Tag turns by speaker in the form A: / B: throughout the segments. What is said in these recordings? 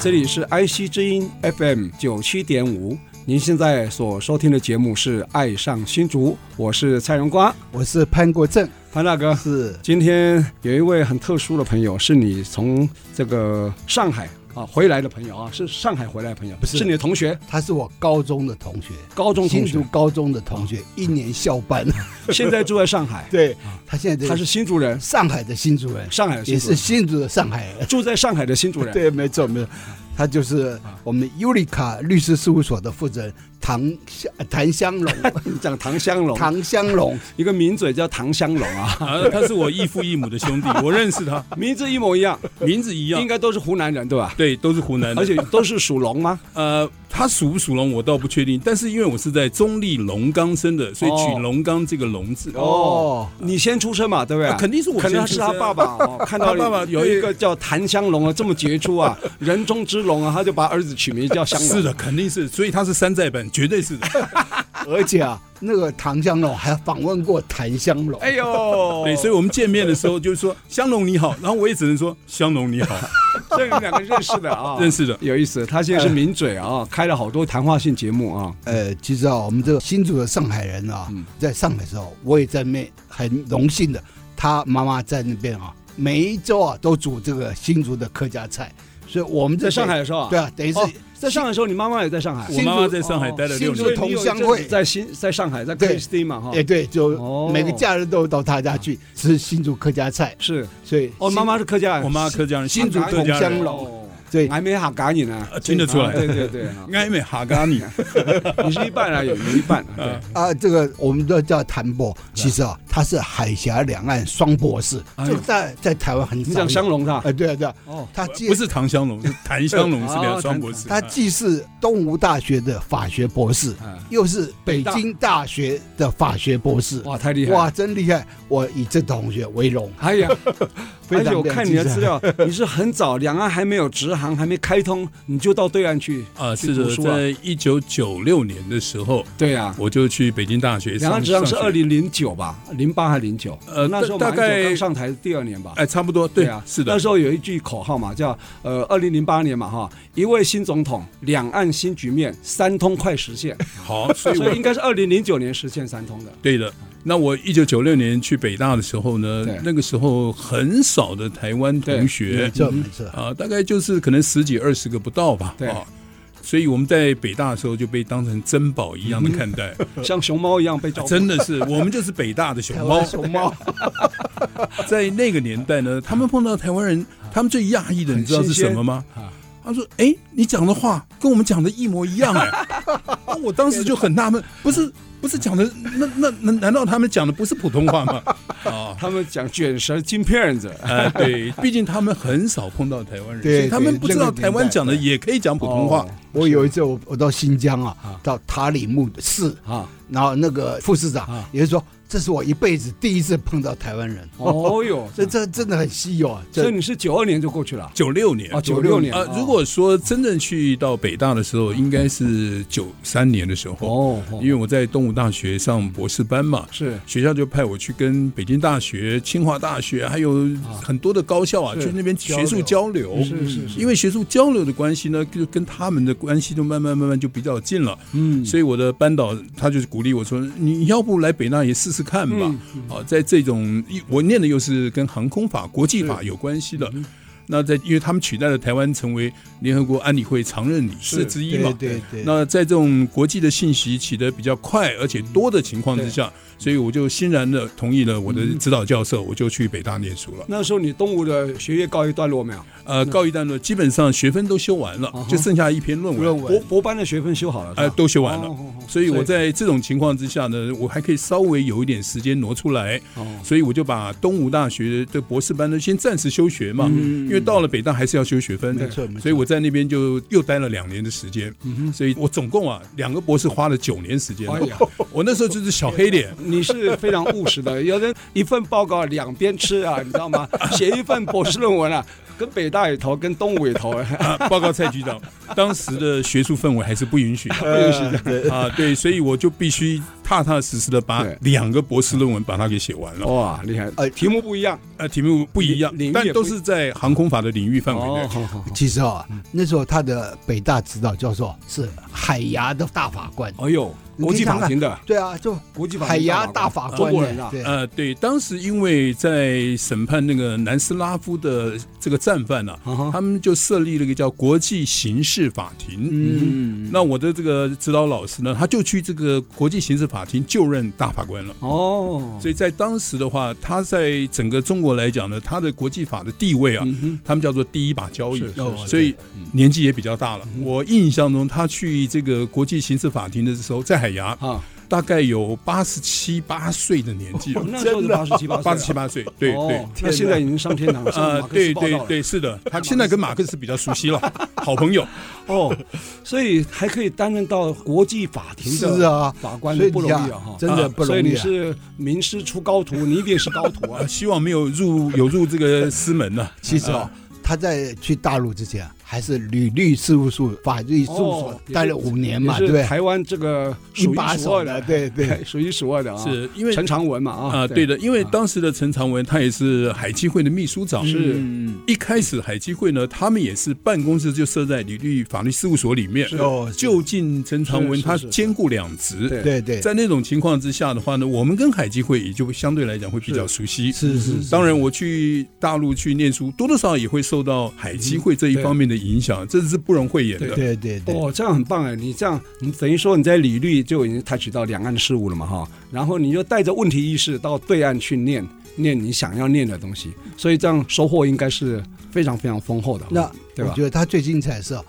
A: 这里是 IC 之音 FM 九七点五，您现在所收听的节目是《爱上新竹》，我是蔡荣光，
B: 我是潘国正，
A: 潘大哥。
B: 是
A: 今天有一位很特殊的朋友，是你从这个上海啊回来的朋友啊，是上海回来的朋友，
B: 不是
A: 是你的同学，
B: 他是我高中的同学，
A: 高中同
B: 新
A: 学啊
B: 竹，高中的同学，一年校 班。
A: 现在住在上海，
B: 对他现在
A: 他
B: 他
A: 是
B: 是
A: 新竹人，
B: 上海的新竹人，
A: 上海的新
B: 也
A: 竹
B: 是
A: 人，
B: 新竹的上海人。
A: 住在上海的新竹人。
B: 对，没错，没错，他就是
A: 啊
B: 我们尤里卡律师事务所的负责人唐香呃谭 香龙，
A: 你讲唐香龙，
B: 唐香 龙，
A: 一个名嘴叫唐香龙 啊，
C: 啊，他是我异父异母的兄 弟，我认识他，
A: 名字一模一样，
C: 名字一样
A: 应，该都是湖南人对吧？
C: 对，都是湖南的。
A: 而且都是属龙吗？
C: 呃，他属不属龙我倒不确定，但是因为我是在中立龙岗生的，所以取
A: 哦
C: 龙岗这个龙字。
A: 哦
B: 哦，
A: 你先出生嘛，对不对？
C: 啊肯定是我
A: 可
C: 先
A: 能
C: 出
A: 是他
C: 生
A: 爸
C: 啊
A: 爸 哦，看到
C: 他爸爸有
A: 一
C: 一
A: 个叫檀香龙啊，这么杰出 啊，人中之龙啊，他就把儿子取名叫香龙。哦
C: 是的，，肯定是，所以他是山寨版，绝对是的。
B: 而且啊，那个唐香龙还访问过谭香龙。
A: 哎呦，
C: 对，所以我们见面的时候就是说香龙你好，然后我也只能说香龙你好，
A: 这两个认识的啊，
C: 认识的。哎
A: 有意思。他现在是名嘴啊，开了好多谈话性节目啊。
B: 呃，其实啊，我们这个新竹的上海人啊，在上海的时候，我也在那边很荣幸的，他妈妈在那边啊，每一周啊都煮这个新竹的客家菜，所以我们这
A: 在上海的时候啊
B: 对啊，等于是、
A: 哦在上海的时候，你妈妈也在上海，
C: 我妈妈在上海待
A: 哦
C: 了
B: 新
C: 六
B: 竹
C: 年，
B: 同乡会，
A: 在新在上海，在
B: 对
A: KSD 嘛哈
B: 哎、。对，
A: 哦
B: 就每个假日都到他家去吃新竹客家菜，
A: 是，
B: 所以
A: 哦，
B: 新
A: 妈妈是客家人，
C: 我妈客家人，
B: 新竹
C: 客
B: 同乡
C: 家人，哎
B: 了
A: 哦
B: 对
A: 还没哈嘎你呢
C: 啊，听得出来
A: 啊对对 对，啊
C: 爱美哈嘎尼，
A: 你是一半啊，有一 半啊，对。
B: 啊，这个我们都叫谭博，其实啊，他是海峡两岸双博士，
C: 哎呦
B: 就在在台湾很
A: 你
B: 少有
A: 讲香龙是吧？
B: 哎，对啊对啊，
A: 哦，
B: 他既
C: 不是唐香龙，是谭香龙是
A: 哦
C: 两双博士。
B: 他既是东吴大学的法学博士，
A: 嗯
B: 又是北京大学的法学博士，
A: 哇，太厉害！
B: 哇，真厉害！我以这同学为荣，
A: 哎呀，
B: 非
A: 而
B: 常
A: 且我看你的
B: 亮
A: 资料，你是很早，两岸还没有直航，还没开通，你就到对岸去
C: 啊，
A: 去
C: 是
A: 读
C: 的，
A: 书啊？
C: 在一九九六年的时候，
A: 对呀，
C: 我就去北京大学
A: 两
C: 上
A: 岸直航是
C: 上学
A: 二零零九吧，零八还零九？
C: 呃
A: 那时候马
C: 大
A: 英
C: 大概
A: 九刚上台第二年吧。
C: 哎，差不多，对
A: 啊，
C: 是的
A: 那。时候有一句口号嘛，叫呃，二零零八年嘛哈，一位新总统，两岸新局面，三通快实现，
C: 好，所以
A: 所
C: 我
A: 以应该是二零零九年实现三通的。
C: 对的。那我一九九六年去北大的时候呢
A: 对，
C: 那个时候很少的台湾同
B: 没
C: 学
B: 错没错，
C: 啊，大概就是可能十几二十个不到吧，
A: 对
C: 啊。所以我们在北大的时候就被当成珍宝一样 的看待，
A: 像熊猫一样被照顾。
C: 真的是我们就是北大的熊
A: 嗯
B: 台
C: 猫
B: 湾。熊猫，
C: 在那个年代呢，他们碰到台湾人，他们最讶异的，你知道是什么吗？
B: 啊
C: 他说：“哎、你讲的话跟我们讲的一模一 样哎、啊我当时就很纳闷，不是不是讲的那那那难道他们讲的不是普通 话吗？啊，
A: 他们讲卷舌金片子，
C: 哎、对，毕竟他们很少碰到台湾人，
B: 对
C: 所以他们不知
B: 对那哦
C: 道
B: 个年代
C: 台湾讲的也可以讲普通话。
B: 我有一次我我到新疆啊，到塔里木市，
A: 哦啊。
B: 然后那个副市长
A: 啊
B: 也是说，这是我一辈子第一次碰到台湾人，
A: 哦哟，
B: 这这真的很稀有啊，
A: 所以
B: 这
A: 你是九二年就过去了
C: 九六年
A: 啊？九六年
C: 呃，如果说真正去到北大的时候，应该是九三年的时候，
A: 哦，哦
C: 因为我在东吴大学上博士班嘛，
A: 是
C: 学校就派我去跟北京大学、清华大学，还有很多的高校啊，
A: 是
C: 去那边学术交流。
A: 是是是，
C: 因为学术交流的关系呢，就跟他们的关系就慢慢慢慢就比较近了。
A: 嗯
C: 所以我的班导他就是鼓励我说：“你要不来北大也试试看
A: 嗯
C: 哦
A: 嗯
C: 吧？”啊，在这种我念的又是跟航空法、国际法有关系的。那在因为他们取代了台湾成为联合国安理会常任理事之一嘛，
B: 对对对，
C: 那在这种国际的信息起得比较快而且多的情况之下，所以我就欣然的同意了我的指导教授，我就去北大念书了。
A: 那时候你东吴的学业告一段落没有？
C: 呃，告一段落，基本上学分都修完了
A: 啊哈，
C: 就剩下一篇论
B: 论
C: 文，
A: 博
B: 文
A: 博班的学分修好了，是吧
C: 呃，都修完
A: 哦
C: 了。
A: 哦哦
C: 所以我在这种情况之下呢，我还可以稍微有一点时间挪出来，
A: 哦
C: 所以我就把东吴大学的博士班呢先暂时休学嘛，因为到了北大还是要修学分
B: 没错没错
C: 所以我在那边就又待了两年的时间，所以我总共啊两个博士花了九年时间
A: 哎呀，
C: 我那时候就是小黑脸。
A: 你是非常务实的，有人一份报告两边吃啊，你知道 吗？写一份博士论文啊，跟北大也投，跟东吴也投，
C: 啊，报告蔡局长，当时的学术氛围还是不允许的，
A: 呃哎
C: 不允许的啊，对，所以我就必须踏踏实实的把
A: 对
C: 两个博士论文把它给写完了。
A: 哇，厉害！
B: 呃
A: 题目不一样，
C: 呃，题目不一样
A: 领领域，
C: 但
A: 也不哦
C: 都是在航空法的领域范围内。
A: 好好
B: 其实啊，
A: 嗯
B: 那时候他的北大指导教授是海牙的大法官，
A: 哎呦，国际法庭的，
B: 对啊，就
A: 国际法庭
B: 海牙大法官呢，
A: 中国人啊，
B: 对，
C: 呃，对，当时因为在审判那个南斯拉夫的这个战犯啊，
A: 啊哈
C: 他们就设立了一个叫国际刑事法庭。
B: 嗯，
A: 嗯，
C: 那我的这个指导老师呢，他就去这个国际刑事法庭就任大法官了。
A: 哦，
C: 所以在当时的话，他在整个中国来讲呢，他的国际法的地位啊，
A: 嗯哼
C: 他们叫做第一把交椅
A: 是是嗯
C: 哦
A: 是
C: 所以年纪也比较大了。我印象中，他去这个国际刑事法庭的时候，在海牙
A: 啊，
C: 大概有八十七八岁的年纪了
A: 哦我，那时候是八十七八，
C: 八十七八岁，对
A: 哦
C: 对。
A: 那现在已经上天堂了，
C: 呃，
A: 上
C: 对对
A: 马克思报道了
C: 对，是的，他现在跟马克思比较熟 悉了，好朋友。
A: 哦，所以还可以担任到国际法庭
B: 是
A: 的
B: 啊，
A: 法官
B: 所以
A: 不容
B: 你啊
A: 易啊，哈。
B: 真的不
A: 所
B: 容
A: 以
B: 易
A: 你
B: 啊。哦
A: 是名师出高徒，你一定是高 徒啊
C: 呃，！希望没有入有入这个师门啊呢。
B: 其实
A: 啊
B: 哦，他在去大陆之前啊还是吕律事务所、法律事务
A: 哦
B: 所
A: 也是
B: 待了五年嘛，
A: 也
B: 对
A: 是
B: 不对？
A: 台湾这个
B: 一
A: 数
B: 把
A: 一数
B: 手
A: 二
B: 的，
A: 的，
B: 对对，
A: 数一数二的啊，
C: 是因为
A: 陈长文嘛啊，
C: 啊，
B: 哦对
C: 对的，因为
A: 啊
C: 当时的陈长文他也是海基会的秘书长，
A: 是
C: 一开始海基会呢，他们也是办公室就设在李律法律事务所里面，
B: 哦是
C: 就近陈长
A: 是
C: 文
A: 是
C: 他
A: 是
C: 兼顾两 职。
A: 对
B: 对对，
C: 在那种情况之下的话呢，我们跟海基会也就相对来讲会比较熟悉。
B: 是是是，
C: 当然，我去大陆去念书，多多少少也会受到海基会
B: 嗯
C: 这一方面的影响，这是不容讳言的。
B: 对对对，
A: 哦，这样很棒哎！你这样，你等于说你在理律就已经 touch 到两岸的事务了嘛哈，然后你就带着问题意识到对岸去念念你想要念的东西，所以这样收获应该是非常非常丰厚的。
B: 那
A: 对
B: 我
A: 吧
B: 觉？得他最精彩的是哦，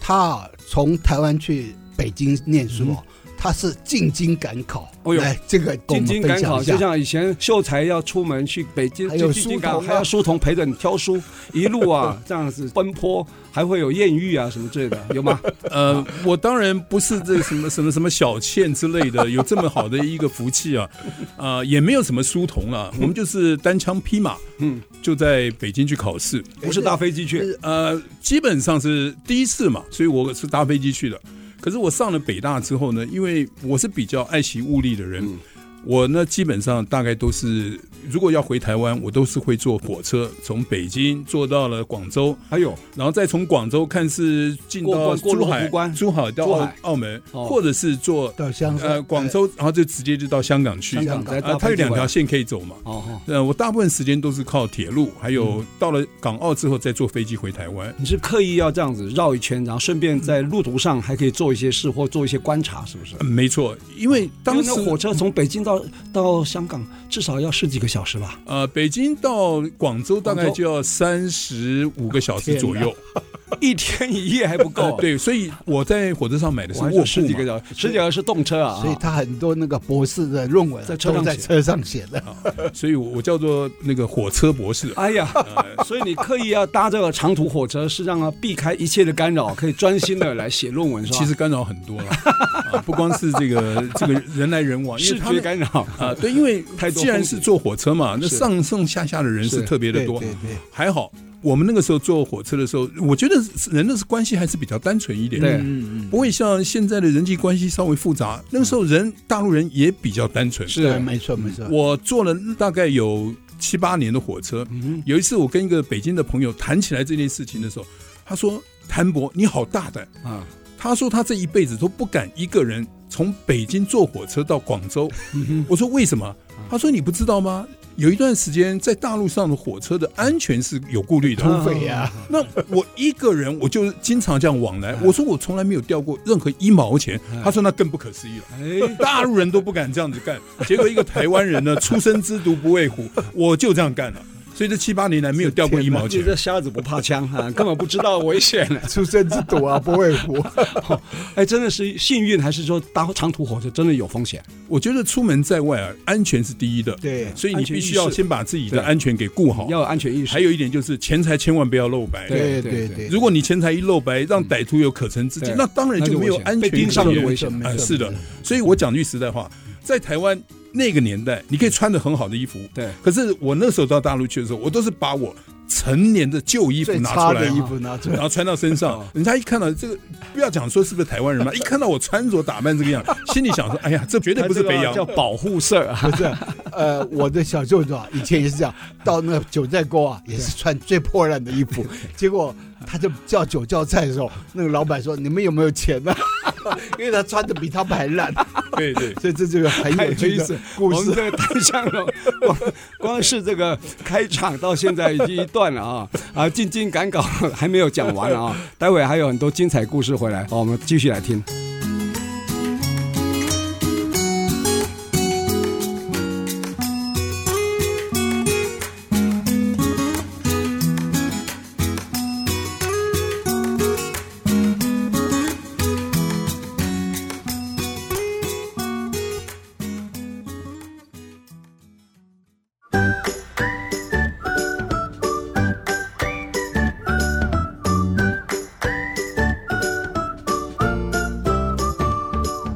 B: 他从台湾去北京念书哦，
A: 嗯
B: 他是进京赶考。
A: 哦哟
B: 来，这个跟我
A: 进
B: 们
A: 京赶
B: 分享
A: 考，
B: 一
A: 就
B: 下。
A: 像以前秀才要出门去北京，
B: 还有
A: 进京
B: 书
A: 赶考
B: 童啊
A: 还要书童陪着你挑 书，一路啊这样子奔波，还会有艳遇啊什么之类 的，有吗？
C: 呃，我当然不是这什么什么什么小倩之类的，有这么好的一个福气啊，啊、也没有什么书童啊，我们就是单枪匹马，
A: 嗯，
C: 就在北京去考试。
A: 不是搭飞机去，
C: 呃，基本上是第一次嘛，所以我是搭飞机去的。可是我上了北大之后呢，因为我是比较爱惜物力的
A: 嗯
C: 人，我呢基本上大概都是，如果要回台湾，我都是会坐火车从北京坐到了广州，
A: 还有
C: 然后再从广州看是进到
A: 哎过过
C: 珠
A: 过罗
C: 海
A: 湖关，
C: 珠海到
A: 珠
C: 澳
A: 海
C: 澳门，
A: 哦哎
C: 或者是坐
B: 到香
C: 呃广州，然后就直接就到香港去。
A: 香港再
C: 啊
A: 搭，
C: 它有
A: 飞机
C: 两
A: 回来
C: 条线可以走嘛。
A: 哦哦，
C: 呃，我大部分时间都是靠铁路，还
A: 嗯
C: 有到了港澳之后再坐飞机回台湾。
A: 你是刻意要这样子绕一圈，然后顺便在路途上还可以做一些事或做一些观察，是不是？
C: 嗯没错，因为当时
A: 哦因为那火车从北京到到香港至少要十几个小时吧？
C: 呃，北京到广州大概
A: 广州
C: 就要三十五个小时左右。
A: 一天一夜还不
C: 呃
A: 够。，
C: 对，所以我在火车上买的是
A: 我
C: 卧
A: 还
C: 铺嘛
A: 说十几个小时，十几个小时动车啊。
B: 所以他很多那个博士的论文啊
A: 在车上
B: 都在
A: 写啊
B: 车上写的。
C: 所以我我叫做那个火车博士。
A: 哎 呀，所以你刻意要搭这个长途火车，是让它避开一切的干扰，可以专心的来写论文，是吧？
C: 其实干扰很多 了、啊，不光是这个这个人来人往，因
A: 视
C: 为他
A: 觉
C: 们
A: 干扰
C: 啊，对，因为
A: 太多
C: 既然
A: 风景
C: 是坐火车嘛，那
A: 是
C: 上上下下的人是
A: 是
C: 特别的
B: 对
C: 多
B: 对。
A: 嗯
B: 对，
C: 还好，我们那个时候坐火车的时候，我觉得是人的关系还是比较单纯一点，
A: 对
B: 嗯嗯
C: 不会像现在的人际关系稍微复杂。那个时候人大陆人也比较单纯。
B: 对，
A: 是
B: 没错没错。
C: 我坐了大概有七八年的火车，
A: 嗯
C: 有一次我跟一个北京的朋友谈起来这件事情的时候，他说：“谭博，你好大胆。”
A: 啊，
C: 他说他这一辈子都不敢一个
B: 嗯
C: 人从北京坐火车到广州。我说为什么？他说你不知道吗？有一段时间在大陆上的火车的安全是有顾虑的。
B: 土匪啊呀，
C: 那我一个人，我就经常这样
B: 嗯
C: 往来。我说我从来没有掉过任何一毛钱。他说那更不可思议了，
A: 哎
C: 大陆人都不敢这样子干。结果一个台湾人呢，出生之犊不畏虎，我就这样干了。所以这七八年来没有掉过一毛钱
A: 这。这瞎子不怕枪 啊，根本不知道危险。
B: 出生之犊啊，不畏虎。
A: 哎，真的是幸运，还是说搭长途火车真的有风险？
C: 我觉得出门在外啊，安全是第一的。
B: 对
C: 哎所以你必须要先把自己的安全给顾好。
A: 要有安全意识。
C: 哦还有一点就是钱财千万不要露白。
B: 对
A: 对
B: 对
A: 对
B: 对，
C: 如果你钱财一露白，让歹徒有可乘之机
A: 对，
C: 那当然就没有安
A: 被
C: 全
A: 盯上
C: 可
A: 的
C: 言
A: 危险。
B: 没
C: 啊，
B: 错
C: 是的，所以我讲句实在话，在台湾那个年代，你可以穿的很好的衣服，
A: 对
C: 可是我那时候到大陆去的时候，我都是把我成年的旧衣服
B: 最
C: 拿
B: 差
C: 出
B: 的
C: 来。
B: 衣服拿出
C: 然
B: 来，
C: 后穿到身上，人家一看到这个，不要讲说是不是台湾人嘛，一看到我穿着打扮这个样，心里想说：哎呀，这绝对不是北洋
A: 叫，保护色啊。
B: 不是，呃，我的小舅子啊，以前也是这样，到那个九寨沟啊，也是穿最破烂的 衣服，结果他就叫酒叫菜的时候，那个老板说：“你们有没有钱呢、 因为他穿的比他们还 烂，
C: 对对，
B: 所以这这个很
A: 太
B: 有
A: 有
B: 趣
A: 意
B: 的
A: 思，
B: 故
A: 我们
B: 事。
A: 这个单向了， 光光是这个开场到现在已经一段了啊啊，进京赶稿还没有讲完 啊，待会还有很多精彩故事回来，好，我们继续来听。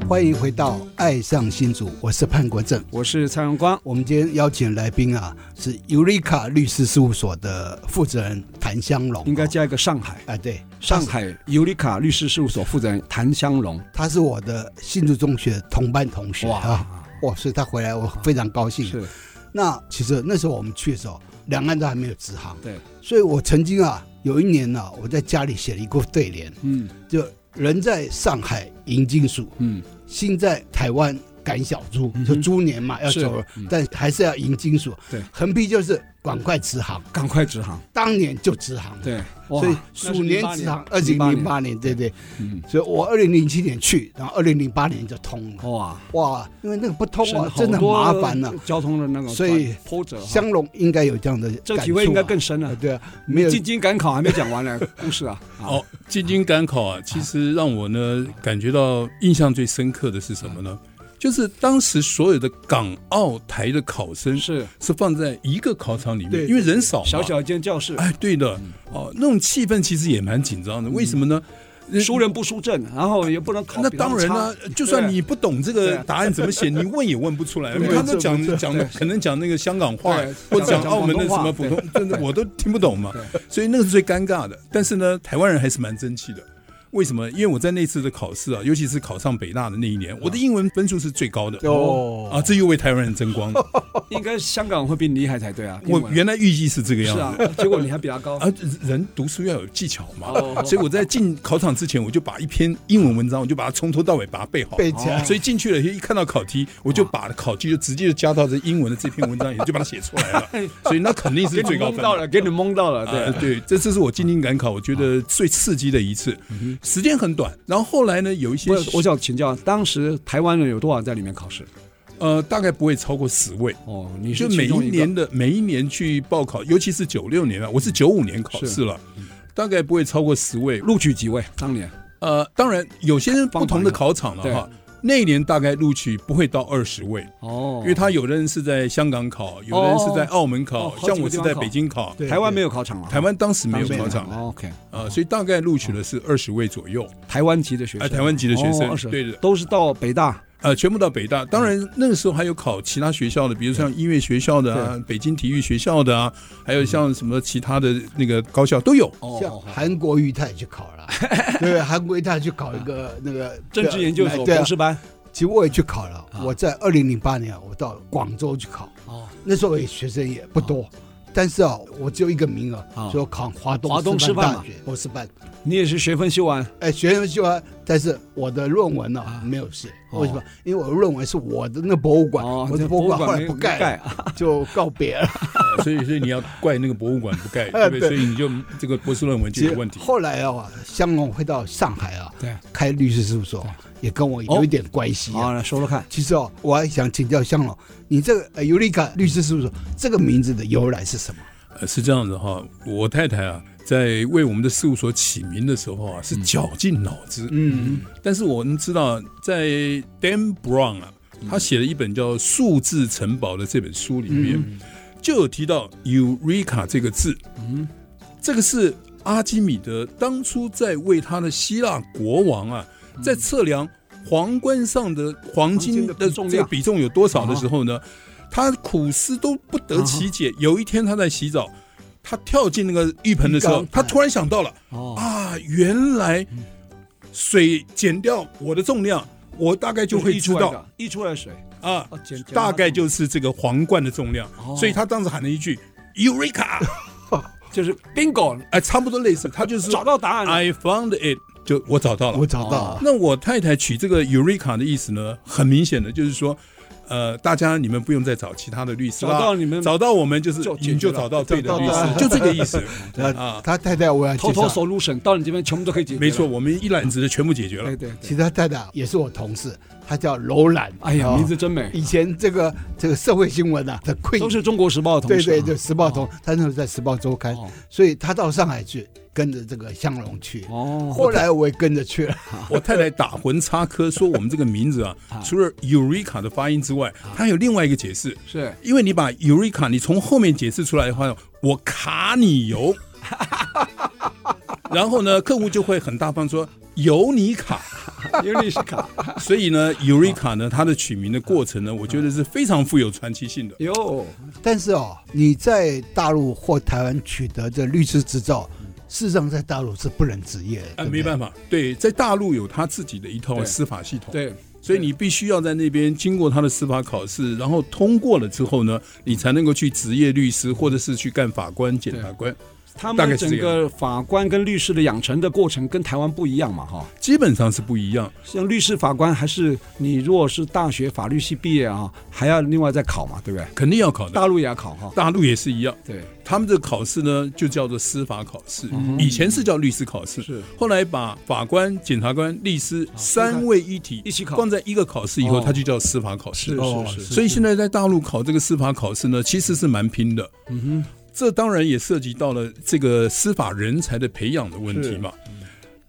B: 欢迎回到《爱上新竹》，我是潘国正。
A: 我是蔡荣光，
B: 我们今天邀请来宾啊，是 Eureka 律师事务所的负责人谭香龙啊，
A: 应该加一个上海，
B: 啊，对，
A: 上海尤里卡律师事务所负责人谭香龙。
B: 他是我的新竹中学同班同学啊，哇，所以他回来我非常高兴。
A: 是
B: 那其实那时候我们去的时候，两岸都还没有直航，
A: 对，
B: 所以我曾经啊，有一年呢、我在家里写了一个对联，
A: 嗯
B: 就人在上海迎金鼠，
A: 嗯，
B: 心在台湾赶小猪，
A: 嗯哼
B: 就猪年嘛要
A: 是
B: 走了，
A: 嗯
B: 但还是要迎金鼠。
A: 对
B: 横批就是赶快直航，
A: 赶快直航，
B: 当年就直航了。
A: 对，哇
B: 所以鼠年直航，二零零，八年，对对，
A: 那是08年
B: 所以我二零零七年去，然后二零零八年就通了
A: 嗯，，哇，
B: 哇，因为那个不通
A: 省
B: 啊
A: 了，好
B: 真的很
A: 多
B: 麻烦呐、
A: 交通的那个
B: 所以
A: 波折哈，
B: 香龙应该有这样的感触、
A: 这
B: 啊，
A: 体会应该更深了
B: 啊。对啊，没有
A: 进京赶考还没讲完呢，故事 啊，啊
C: 哦，，进京赶考啊，其实让我呢感觉到印象最深刻的是什么呢？就是当时所有的港澳台的考生
A: 是
C: 是放在一个考场里
B: 对
C: 面，因为人少嘛，
A: 小小一间教室，
C: 哎，对的，哦，那种气氛其实也蛮紧张的。为什么呢？呃
A: 输人不输阵，然后也不能考
C: 那
A: 比他
C: 当
A: 们
C: 然
A: 差。
C: 啦、呃就算你不懂这
A: 对
C: 个
A: 啊
C: 答案怎 么写，你问也问不出来。
B: 对
C: 他都
B: 没错没错
C: 讲讲的，可能讲那个香港话
A: 对，啊
C: 或者
A: 讲
C: 讲澳门的什
A: 讲广
C: 么普
A: 东话
C: 通，真的
A: 对
C: 我都听不懂嘛。所以那个是最尴尬的。但是呢，台湾人还是蛮争气的。为什么？因为我在那次的考试啊，尤其是考上北大的那一年，我的英文分数是最高的。
B: 哦
C: 啊，这又为台湾人争光了。
A: 应该香港会比你厉害才对啊。 英
C: 我
A: 文
C: 原来预计是这个样
A: 是
C: 子。
A: 啊，结果你还比他高
C: 啊，，人读书要有技巧嘛
A: 哦，
C: 所以我在进考场之前，我就把一篇英文文章，我就把它从头到尾把它背好。
B: 背起来，
C: 所以进去了，一看到考题，我就把考题就直接就加到这英文的这篇文章里，就把它写出来了。所以那肯定
A: 哎给
C: 是
A: 你
C: 最高
A: 蒙
C: 分
A: 到了，啊给你蒙到了，
C: 啊
A: 对，
C: 对，这次是我进京赶考，我觉得最刺激的一次，时间很短。然后后来呢，有一些
A: 嗯不是，我想请教，当时台湾人有多少人在里面考试？
C: 呃，大概不会超过十位。
A: 哦，你是
C: 就每
A: 其中
C: 一
A: 个
C: 年的每一年去报考，尤其是九六年啊，我是九五年考试了，
A: 嗯
C: 大概不会超过十位。
A: 录取几位？当年
C: 呃，当然有些人不同的考场了
A: 方法
C: 哈，那一年大概录取不会到二十位，
A: 哦
C: 因为他有的人是在香港考，有的人是在澳门考
A: 哦，好
C: 像
A: 几个
C: 我是
A: 地方
C: 在
A: 考
C: 北京考，
B: 对
A: 哦台湾没有考场了，
C: 台湾当时没有考
A: 哦
C: 场
A: ，OK，
C: 啊，所以大概录取的是二十位左右，
A: 台湾籍的学
C: 啊，
A: 生，
C: 台湾籍的学
A: 哦
C: 生，
A: 20
C: 对的，
A: 都是到北大，
C: 呃，全部到北大。当然那个时候还有考其他学校的，比如像音乐学校的啊，北京体育学校的啊，还有像什么其他的那个高校都有。
A: 哦
B: 像韩国瑜他也去考 了，对，韩国瑜他也去考一个那个
A: 政治研究所啊
B: 对啊
A: 博士班，
B: 其实我也去考了，我在二零零八年啊我到广州去考，
A: 哦，
B: 那时候也学生也不多，但是啊，我只有一个名额
A: 啊，
B: 所以我考华东
A: 华东
B: 师
A: 师
B: 范
A: 范
B: 大
A: 嘛
B: 学博士班。
A: 你也是学分修完，
B: 哎，学生就要但是我的论文呢、
A: 啊
B: 没有写，
A: 哦
B: 为什么？因为我的论文是我的那博物馆，
A: 哦
B: 我的
A: 这
B: 博物馆
A: 博物
B: 后
A: 馆
B: 来不
A: 没
B: 盖
A: 没盖啊
B: 了， 就告别 了。
C: 呃所以所以你要怪那个博物馆不盖，对
B: 呃
C: 不
B: 对
C: 对？所以你就这个博士论文解决问题。
B: 后来啊，香龙回到上海啊，
A: 对，
B: 开律师事务所，也跟我有一点关系啊。
A: 好，来说说看。
B: 其实哦，我还想请教香龙，你这个呃尤利卡律师事务所这个名字的由来是什么？
C: 呃，是这样子哈，我太太啊，在为我们的事务所起名的时候啊，
A: 嗯
C: 是绞尽脑汁。
B: 嗯，
C: 但是我们知道，在 Dan Brown 啊，
A: 嗯
C: 他写了一本叫《数字城堡》的这本书里面，
A: 嗯
C: 就有提到 “Eureka” 这个字。嗯，这个是阿基米德当初在为他的希腊国王啊，
A: 嗯
C: 在测量皇冠上的黄
A: 黄
C: 金
A: 金的
C: 的
A: 重量
C: 这个比重有多少的时候呢，他苦思都不得其
A: 啊
C: 解。有一天他在洗澡，他跳进那个浴盆的时
A: 浴
C: 候
A: 缸，
C: 他突然想到了。
A: 哦，
C: 啊，原来水减掉我的重量，我大概就会知道
A: 溢出来的水，
C: 啊，
A: 哦减减
C: 大概
A: 到这么
C: 就是这个皇冠的重量。
A: 哦
C: 所以他当时喊了一句 “Eureka”，
A: 就是 bingo
C: 哎，差不多类似，他就是
A: 找到答案了。
C: “I found it”，就我找到了
B: 我。找到
A: 哦
B: 了。
C: 那我太太取这个 “Eureka” 的意思呢，很明显的就是说。呃，大家你们不用再找其他的律师啦，
A: 找到你们
C: 找到我们就是
A: 就
C: 你
A: 解
C: 们
A: 决
C: 就
A: 了
C: 找到对的
B: 找到
C: 律
B: 了
C: 师，就这个意思
B: 那
C: 啊。
B: 他太太我要
A: 偷
B: 介
A: 偷
B: 绍，
A: 手入省，到你这边全部都可以 解决。
C: 没错，，我们一揽子的全部解决了
A: 对。对
B: 其实
A: 对。
B: 他太太也是我同事，她叫楼兰。
A: 哎呀，
B: 哦
A: 名字真美，
B: 以前这个这个社会新闻啊，的 Queen
A: 都是中国时报的同
B: 对
A: 事。，
B: 对对，《
A: 啊
B: 时报》同，他那时候在《时报周刊》
A: 哦
B: 所以他到上海去，跟着这个香龙去。
A: 哦，
B: 后来我也跟着去了，
C: 我太太打魂插科说我们这个名字啊
A: 啊，
C: 除了 Eureka 的发音之外，它还有另外一个解释，
A: 是
C: 因为你把 Eureka 你从后面解释出来的话，我卡你油， 然后呢，客户就会很大方说有你卡，
A: 因为历史卡。
C: 所以呢，Eureka 呢它的取名的过程呢，我觉得是非常富有传奇性的。
A: 哟，
B: 但是哦，你在大陆或台湾取得这律师执照，事实上在大陆是不能执业的。
C: 啊，
A: 呃
B: 对不对
C: 没办法，对，在大陆有他自己的一套
A: 对
C: 司法系统，
A: 对，
C: 所以你必须要在那边经过他的司法考试，然后通过了之后呢，你才能够去职业律师，或者是去干法官、检察官。
A: 他
C: 大概
A: 们
C: 是这
A: 整
C: 样
A: 个法官跟律师的养成的过程跟台湾不一样嘛，哈。
C: 基本上是不一样。
A: 像律师、法官，还是你如果是大学法律系毕业啊，还要另外再考嘛，对不对？
C: 肯定要考的。
A: 大陆也要考哈。
C: 大陆也是一样，
A: 对，
C: 他们的考试呢就叫做司法考试，以前是叫律师考试，
A: 嗯是啊
C: 后来把法官、检察官、律师三位一体
A: 一起考
C: 放在一个考试以后，
A: 哦
C: 它就叫司法考试。
A: 是
B: 哦
A: 是是。
C: 所以现在在大陆考这个司法考试呢，其实是蛮拼的。嗯
A: 哼，
C: 这当然也涉及到了这个司法人才的培养的问题嘛。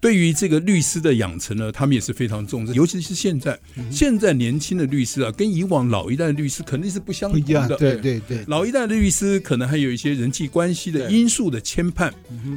C: 对于这个律师的养成呢，他们也是非常重视，尤其是现在，现在年轻的律师啊，跟以往老一代的律师肯定是不相
B: 不一样
C: 同，的。
B: 对对对，
C: 老一代的律师可能还有一些人际关系的
A: 对
C: 因素的牵绊，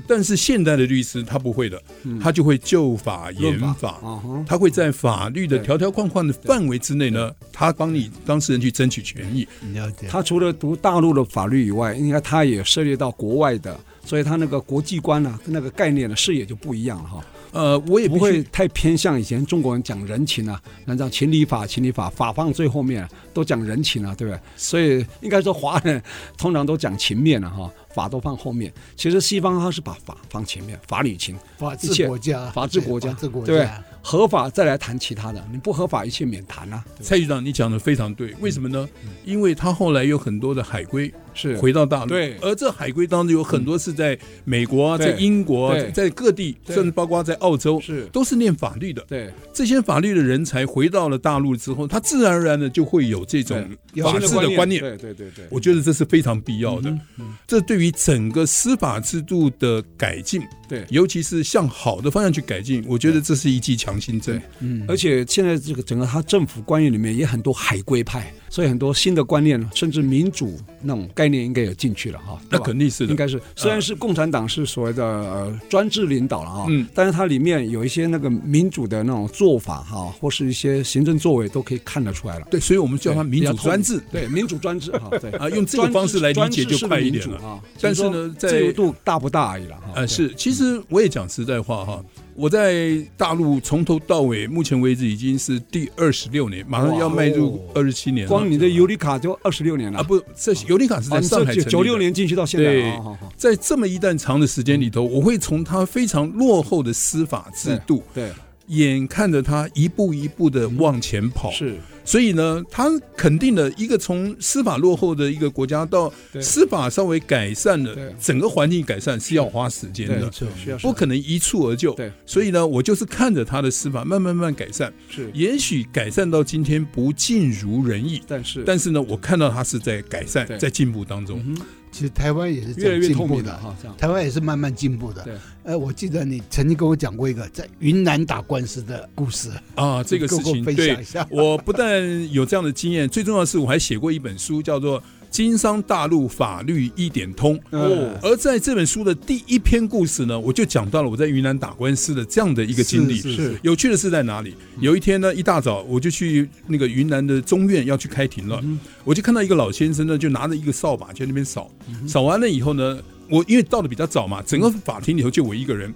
C: 但是现代的律师他不会的，他就会就法研
A: 论
C: 法
A: 啊哈，
C: 他会在法律的
A: 对
C: 条条框框的范围之内呢，他帮你当事人去争取权益。
B: 了解。
A: 他除了读大陆的法律以外，应该他也涉猎到国外的，所以他那个国际观呢、跟那个概念的视野就不一样了哈。
C: 呃，我也
A: 不
C: 必
A: 会
C: 须
A: 太偏向以前中国人讲人情啊，那叫情理法，情理法，法放最后面、啊都讲人情啊，对不对？所以应该说华人通常都讲情面了、哈，法都放后面。其实西方他是把法放前面，法理情，
B: 法
A: 一
B: 治
A: 切
B: 国家，
A: 法治国家
B: 对法治国
A: 对不对
B: 家，
A: 合法再来谈其他的，你不合法一切免谈啊。
C: 蔡局长你讲的非常
A: 嗯
C: 对，为什么呢？因为他后来有很多的海归
A: 是
C: 回到大陆，
A: 对
C: 而这海归当中有很多是在美国啊、
A: 对
C: 在英国啊、
A: 对
C: 在各地，
A: 对
C: 甚至包括在澳洲，
A: 是
C: 都是念法律的。
A: 对，
C: 这些法律的人才回到了大陆之后，他自然而然的就会有这种
B: 对有
C: 法
A: 新
C: 治的观念。
A: 对嗯对对对，
C: 我觉得这是非常必要的，这对于整个司法制度的改进，
A: 对。
C: 尤其是向好的方向去改进，我觉得这是一剂强心针
A: 对。而且现在这个整个他政府观念里面也很多海归派，所以很多新的观念，甚至民主那种概念应该也进去了哈。对
C: 那
A: 吧
C: 肯定是
A: 应
C: 的，啊
A: 该是，虽然是共产党是所谓的呃专制领导了啊，
C: 嗯
A: 但是它里面有一些那个民主的那种做法哈、或是一些行政作为都可以看得出来了。
C: 对，所以我们叫它民主
A: 比较透
C: 专制。
A: 对，民主专制哈、对
C: 啊用这个方式来理解就快一点了
A: 啊。
C: 但是呢
A: 只说
C: 在
A: 自由度大不大而已了哈。对
C: 呃，是，其实我也讲实在话哈，我在大陆从头到尾，目前为止已经是第二十六年，马上要迈入二十七年了。
A: 哦光你的尤里卡就二十六年了
C: 啊，不，这尤里卡是
A: 啊，
C: 在
A: 你
C: 上海
A: 这
C: 成
A: 九九
C: 立
A: 六
C: 的
A: 年进去到现在
C: 对
A: 了，哦好好好
C: 在这么一段长的时间里头，我会从它非常落后的司法制度，
A: 对
C: 眼看着他一步一步的往前跑，
A: 是
C: 所以呢，他肯定了一个从司法落后的一个国家到
A: 对
C: 司法稍微改善了
A: 对，
C: 整个环境改善是要花时间
A: 对
C: 的，
B: 错，
A: 需要
C: 不可能一蹴而就。
A: 对，
C: 所以呢，我就是看着他的司法慢慢慢慢改善，
A: 是，
C: 也许改善到今天不尽如人意，
A: 但是
C: 但是呢，我看到他是在改善
A: 对，
C: 在进步当中。
A: 嗯哼
B: 其实台湾也是
A: 越来
B: 在
A: 越
B: 进
A: 透
B: 步
A: 明了
B: 的。
A: 哈， 这样
B: 台湾也是慢慢进步的
A: 对。
B: 呃，我记得你曾经跟我讲过一个在云南打官司的故事，
C: 啊，这个事
B: 你跟
C: 情
B: 我分享
C: 对。
B: 一下
C: 我不但有这样的经验，最重要的是我还写过一本书，叫做《经商大陆法律一点通》。
B: 嗯
A: 哦
C: 而在这本书的第一篇故事呢，我就讲到了我在云南打官司的这样的一个经历。
B: 是
A: 是
C: 有趣的是在哪里？有一天呢，一大早我就去那个云南的中院要去开庭了，我就看到一个老先生呢，就拿着一个扫把去那边扫，扫完了以后呢，我因为到的比较早嘛，整个法庭里头就我一个人，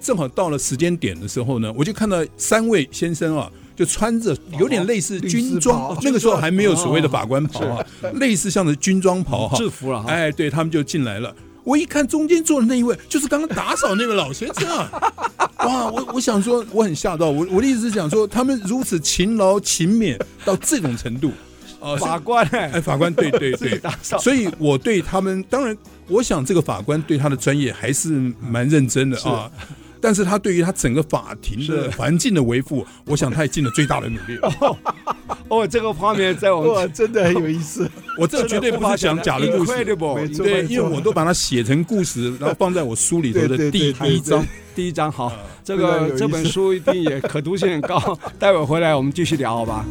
C: 正好到了时间点的时候呢，我就看到三位先生啊。就穿着有点类似
B: 律师
C: 军装
B: 袍，
C: 那个时候还没有所谓的法官袍啊，类似像是军装袍哈，
A: 制服了哈，
C: 哎，对他们就进来了。我一看中间坐的那一位，就是刚刚打扫那位老先生啊！哇，我我想说，我很吓到。我我的意思是讲说，他们如此勤劳勤勉到这种程度，啊、
A: 法官
C: 哎，
A: 哎，
C: 法官，对对
A: 自己
C: 对
A: 打扫，
C: 所以我对他们，当然，我想这个法官对他的专业还是蛮认真的啊。但是他对于他整个法庭的
A: 是
C: 环境的维护，我想他也尽了最大的努力了。
A: 哦，这个画面在我
B: 哇，
A: 们
B: 真的很有意思。
C: 我这绝对不是讲假的故事，
A: Incredible，
B: 没错
C: 对，因为我都把它写成故事，然后放在我书里头的
B: 对对
C: 第
B: 对
C: 第一章。
A: 第一章好，这
B: 非常
A: 个
B: 有意思
A: 这本书一定也可读性很高，待会回来我们继续聊，好吧？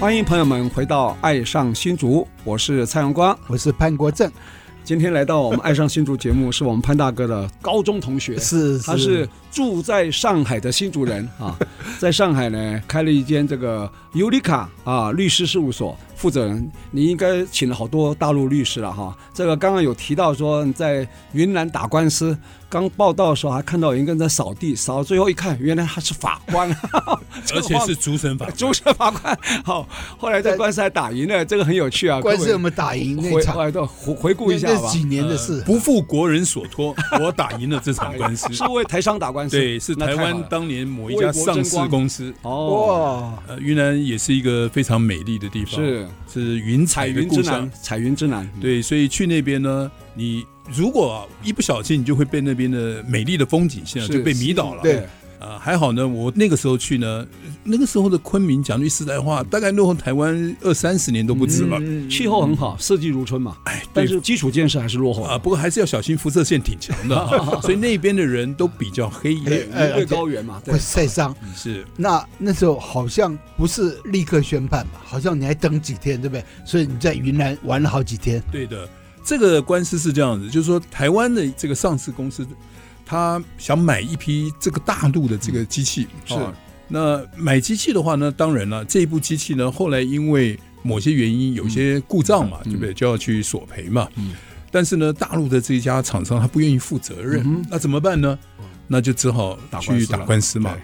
A: 欢迎朋友们回到《爱上新竹》，我是蔡荣光。
B: 我是潘国正，
A: 今天来到我们《爱上新竹》节目，是我们潘大哥的高中同学，
B: 是
A: 他是住在上海的新竹 人啊，在上海呢开了一间这个尤里卡啊律师事务所，负责人你应该请了好多大陆律师了哈。这个刚刚有提到说你在云南打官司，刚报道的时候还看到有一个人在扫地，扫到最后一看，原来他是法官，
C: 而且是主审法官，
A: 主审法官。好，后来这官司还打赢了，这个很有趣啊。
B: 官司
A: 各
B: 有
A: 位
B: 没有打赢那
A: 回
C: 啊
B: 场？
A: 回回回顾一下
B: 那
A: 吧。
B: 几年
C: 呃
B: 的事，
C: 不负国人所 托，我打赢了这场官司。
A: 是为台商打官司，
C: 对，是
A: 那
C: 台
A: 太好
C: 湾
A: 了
C: 当年某一家上市公司。
A: 哦，
B: 哇，
C: 呃，云南也是一个非常美丽的地方，
A: 是
C: 是云
A: 彩
C: 彩的
A: 云之
C: 故乡
A: 南。，彩云之南，嗯
C: 对，所以去那边呢，你如果啊一不小心，你就会被那边的美丽的风景线啊
A: 是
C: 就被迷倒了。
B: 对，
C: 啊，还好呢，我那个时候去呢，那个时候的昆明，讲句实在话，大概落后台湾二三十年都不止了。
B: 嗯
A: 气候很好，四季如春嘛，
C: 哎，
A: 但
C: 对
A: 是基础建设还是落后
C: 啊，，不过还是要小心辐射线挺强 的啊，所以那边的人都比较黑一点
B: 哎。
A: 因为高原嘛，对
B: 会，晒伤。
C: 是，
B: 那那时候好像不是立刻宣判吧？好像你还等几天，对不对？所以你在云南玩了好几天。
C: 对的。这个官司是这样子，就是说台湾的这个上市公司，他想买一批这个大陆的这个机器，
A: 是
C: 啊那买机器的话呢，当然了，这一部机器呢，后来因为某些原因有些故障嘛，
A: 嗯
C: 对不对？就要去索赔嘛。
A: 嗯
C: 但是呢，大陆的这一家厂商他不愿意负责任，
A: 嗯哼
C: 那怎么办呢？那就只好
A: 打官
C: 去
A: 司了嗯
C: 打官司嘛。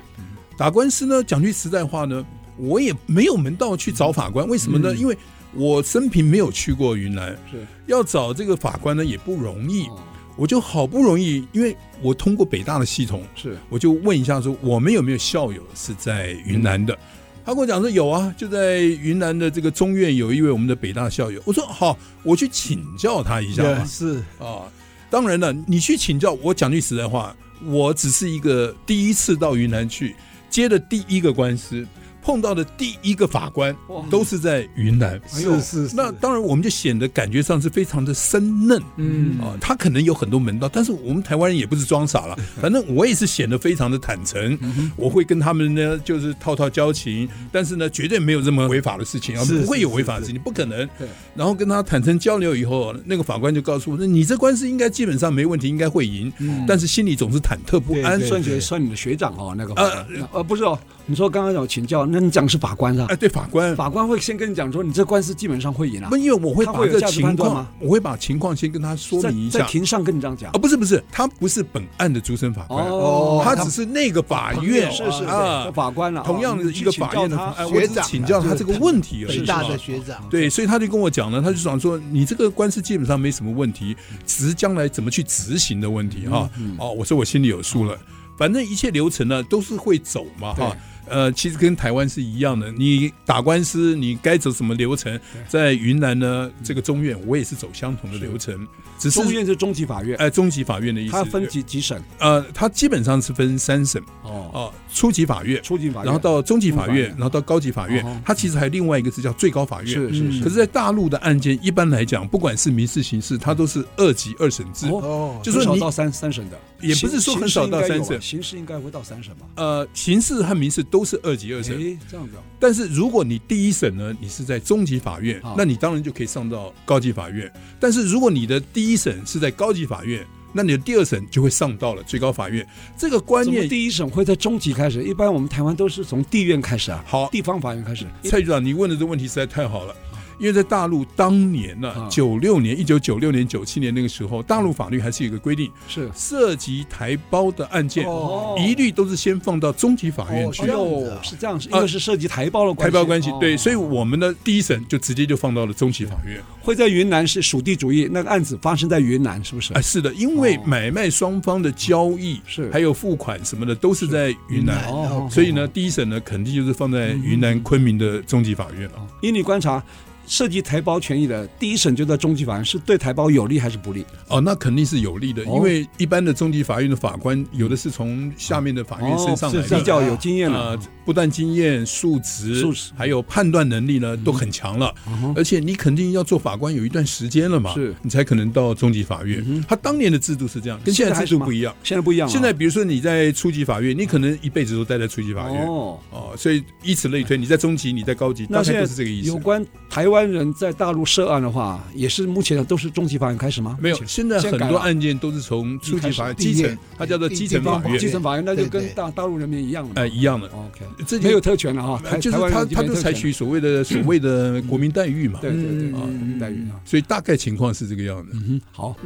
C: 打官司呢，讲句实在话呢，我也没有门道去找法官，为什么呢？
A: 嗯
C: 因为我生平没有去过云南，
A: 是
C: 要找这个法官呢也不容易。
A: 哦
C: 我就好不容易，因为我通过北大的系统，
A: 是
C: 我就问一下说，我们有没有校友是在云南的？他跟我讲说有啊，就在云南的这个中院有一位我们的北大校友。我说好，我去请教他一下吧。
B: 是
C: 啊，当然了，你去请教我，讲句实在话，我只是一个第一次到云南去接的第一个官司，碰到的第一个法官
A: 哇
C: 都是在云南。
A: 哎呦
B: 是是是，
C: 那当然，我们就显得感觉上是非常的生嫩，
A: 嗯
C: 啊，他可能有很多门道，但是我们台湾人也不是装 傻了，反正我也是显得非常的坦诚，我会跟他们呢就是套套交情，但是呢绝对没有这么违法的事情啊，
B: 是
C: 不会
B: 是
C: 有违法的事情，不可能
A: 对。
C: 然后跟他坦诚交流以后，那个法官就告诉我说，你这官司应该基本上没问题，应该会赢，
A: 嗯
C: 但是心里总是忐忑不安。
B: 对
A: 算
B: 对
A: 学算你的学长哦，那个
C: 呃
A: 呃呃不是哦，你说刚刚有请教，那你讲是法官是吧
C: 哎，？对法官，
A: 法官会先跟你讲说，你这官司基本上会赢啊
C: 不，，因为我会
A: 他
C: 把
A: 会有
C: 这
A: 价值
C: 情
A: 判断
C: 况
A: 吗，
C: 我会把情况先跟他说
A: 在
C: 明一
A: 在
C: 下。
A: 庭上跟你这样讲
C: 啊，不是不是，他不是本案的主审法官，
A: 哦
C: 他只是那个法院
A: 是是
C: 啊
A: 是，法官了，
C: 同样的
A: 哦
C: 一个法院的
A: 你去请教他，
B: 学
C: 哎我只是
B: 长啊
C: 请教他这个问题而
B: 北
C: 已。
B: 大
C: 是吧
B: 的学长，
C: 对，所以他就跟我讲了，他就想说，你这个官司基本上没什么问题，只是将来怎么去执行的问题哈。哦，我说我心里有数了，反正一切流程呢都是会走嘛哈。呃，其实跟台湾是一样的，你打官司你该走什么流程，在云南呢这个中院我也是走相同的流程，只嗯是
A: 中院是中级法院，
C: 呃中级法院的意思，
A: 他分几几审
C: 呃，它基本上是分三审
A: 哦，
C: 哦，初级法院，
A: 初级法院，
C: 然后到中级
A: 中
C: 法
A: 法
C: 院
A: 院，
C: 然后到高级法院
A: 哦，
C: 它其实还有另外一个是叫最高法院。嗯
A: 是是是嗯
C: 可是，在大陆的案件，一般来讲，不管是民事、刑事，它都是二级二审制。
A: 哦
B: 哦，
C: 就是
A: 很
C: 你
A: 少到三三审的，
C: 也不是说很少到三审
A: 刑事应该会到三审吧？
C: 呃，刑事和民事都是二级二审，
A: 哎，这样子哦，
C: 但是如果你第一审呢，你是在中级法院
A: 好，
C: 那你当然就可以上到高级法院。但是如果你的第一审是在高级法院，那你的第二审就会上到了最高法院。这个观
A: 怎么
C: 念，
A: 第一审会在中级开始？一般我们台湾都是从地院开始啊，
C: 好
A: 地方法院开始。
C: 蔡局长，你问的这个问题实在太好了。因为在大陆当年呢、
A: 啊
C: 九六年、一九九六年、九七年那个时候，大陆法律还是有一个规定，
A: 是
C: 涉及台胞的案件，
B: 哦
C: 一律都是先放到中级法院
B: 哦
C: 去。
B: 这样子啊
A: 是这样，是一个是涉及台胞的
C: 台胞关系
A: 哦
C: 对，所以我们的第一审就直接就放到了中级法院。
A: 会在云南是属地主义，那个案子发生在云南，是不是
C: 啊，？是的，因为
A: 哦
C: 买卖双方的交易
A: 是
C: 还有付款什么的都是在云南，
A: 哦
C: 所以呢，，第一审呢肯定就是放在云南昆明的中级法院了。
A: 依你观察，涉及台胞权益的第一审就在中级法院，是对台胞有利还是不利？
C: 哦，那肯定是有利的，
A: 哦
C: 因为一般的中级法院的法官，有的是从下面的法院升上来
A: 啊哦是比
C: 的，
A: 较有经验
C: 呃
A: 了。，
C: 不但经验、数值
A: 素质，嗯
C: 还有判断能力呢，都很强了。而且你肯定要做法官有一段时间了嘛，
A: 是
C: 你才可能到中级法院。他当年的制度是这样，跟
A: 现
C: 现
A: 在
C: 在
A: 还
C: 制
A: 是
C: 度
A: 吗
C: 不一样。
A: 现在不一样了，
C: 现在比如说你在初级法院，你可能一辈子都待在初级法院。
A: 哦。
C: 哦，所以以此类推，你在中级，你在高级，大
A: 那
C: 概
A: 现在
C: 都是这个意思。
A: 有关台湾人在大陆涉案的话，也是目前都是中级法院开始吗？
C: 没有
A: 目，前
C: 现在
A: 现在
C: 很
A: 改
C: 多
A: 了哦
C: 案件都是从初级法院、
B: 一开始
C: 基层
B: 地，
C: 它叫做
B: 地
C: 基层
B: 地
C: 法
B: 方
C: 院
A: 基，层法院那就
B: 对
A: 跟
B: 对
A: 大大陆人民一样了。哦
C: 呃，一样的。
A: OK，
C: 这就
A: 没有特权了哈，
C: 呃
A: 台
C: 就是
A: 哎台湾
C: 他
A: 人已经
C: 他
A: 没有
C: 就
A: 特
C: 采
A: 权
C: 取所 谓的所谓的国民待遇嘛，
A: 对对对
B: 嗯
A: 啊，
B: 嗯
A: 民待遇啊。
C: 所以大概情况是这个样子。
A: 嗯哼，好，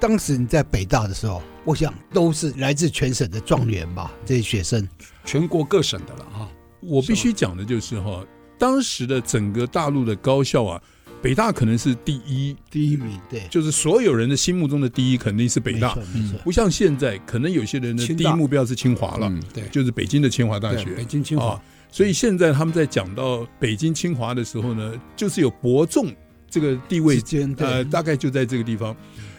B: 当时你在北大的时候，我想都是来自全省的状元吧，这些学生
A: 全国各省的了啊。
C: 我必须讲的就是哈，当时的整个大陆的高校啊，北大可能是第一，
B: 第一名，对，
C: 就是所有人的心目中的第一肯定是北大
B: 没，错没错，
C: 不像现在可能有些人的
A: 清
C: 第
A: 大
C: 一目标是清华了，
A: 嗯，对，
C: 就是北京的清华大
A: 对
C: 学
A: 北京清华
C: 啊。所以现在他们在讲到北京清华的时候呢，就是有伯仲这个地位
B: 之间对、
C: 呃，大概就在这个地方。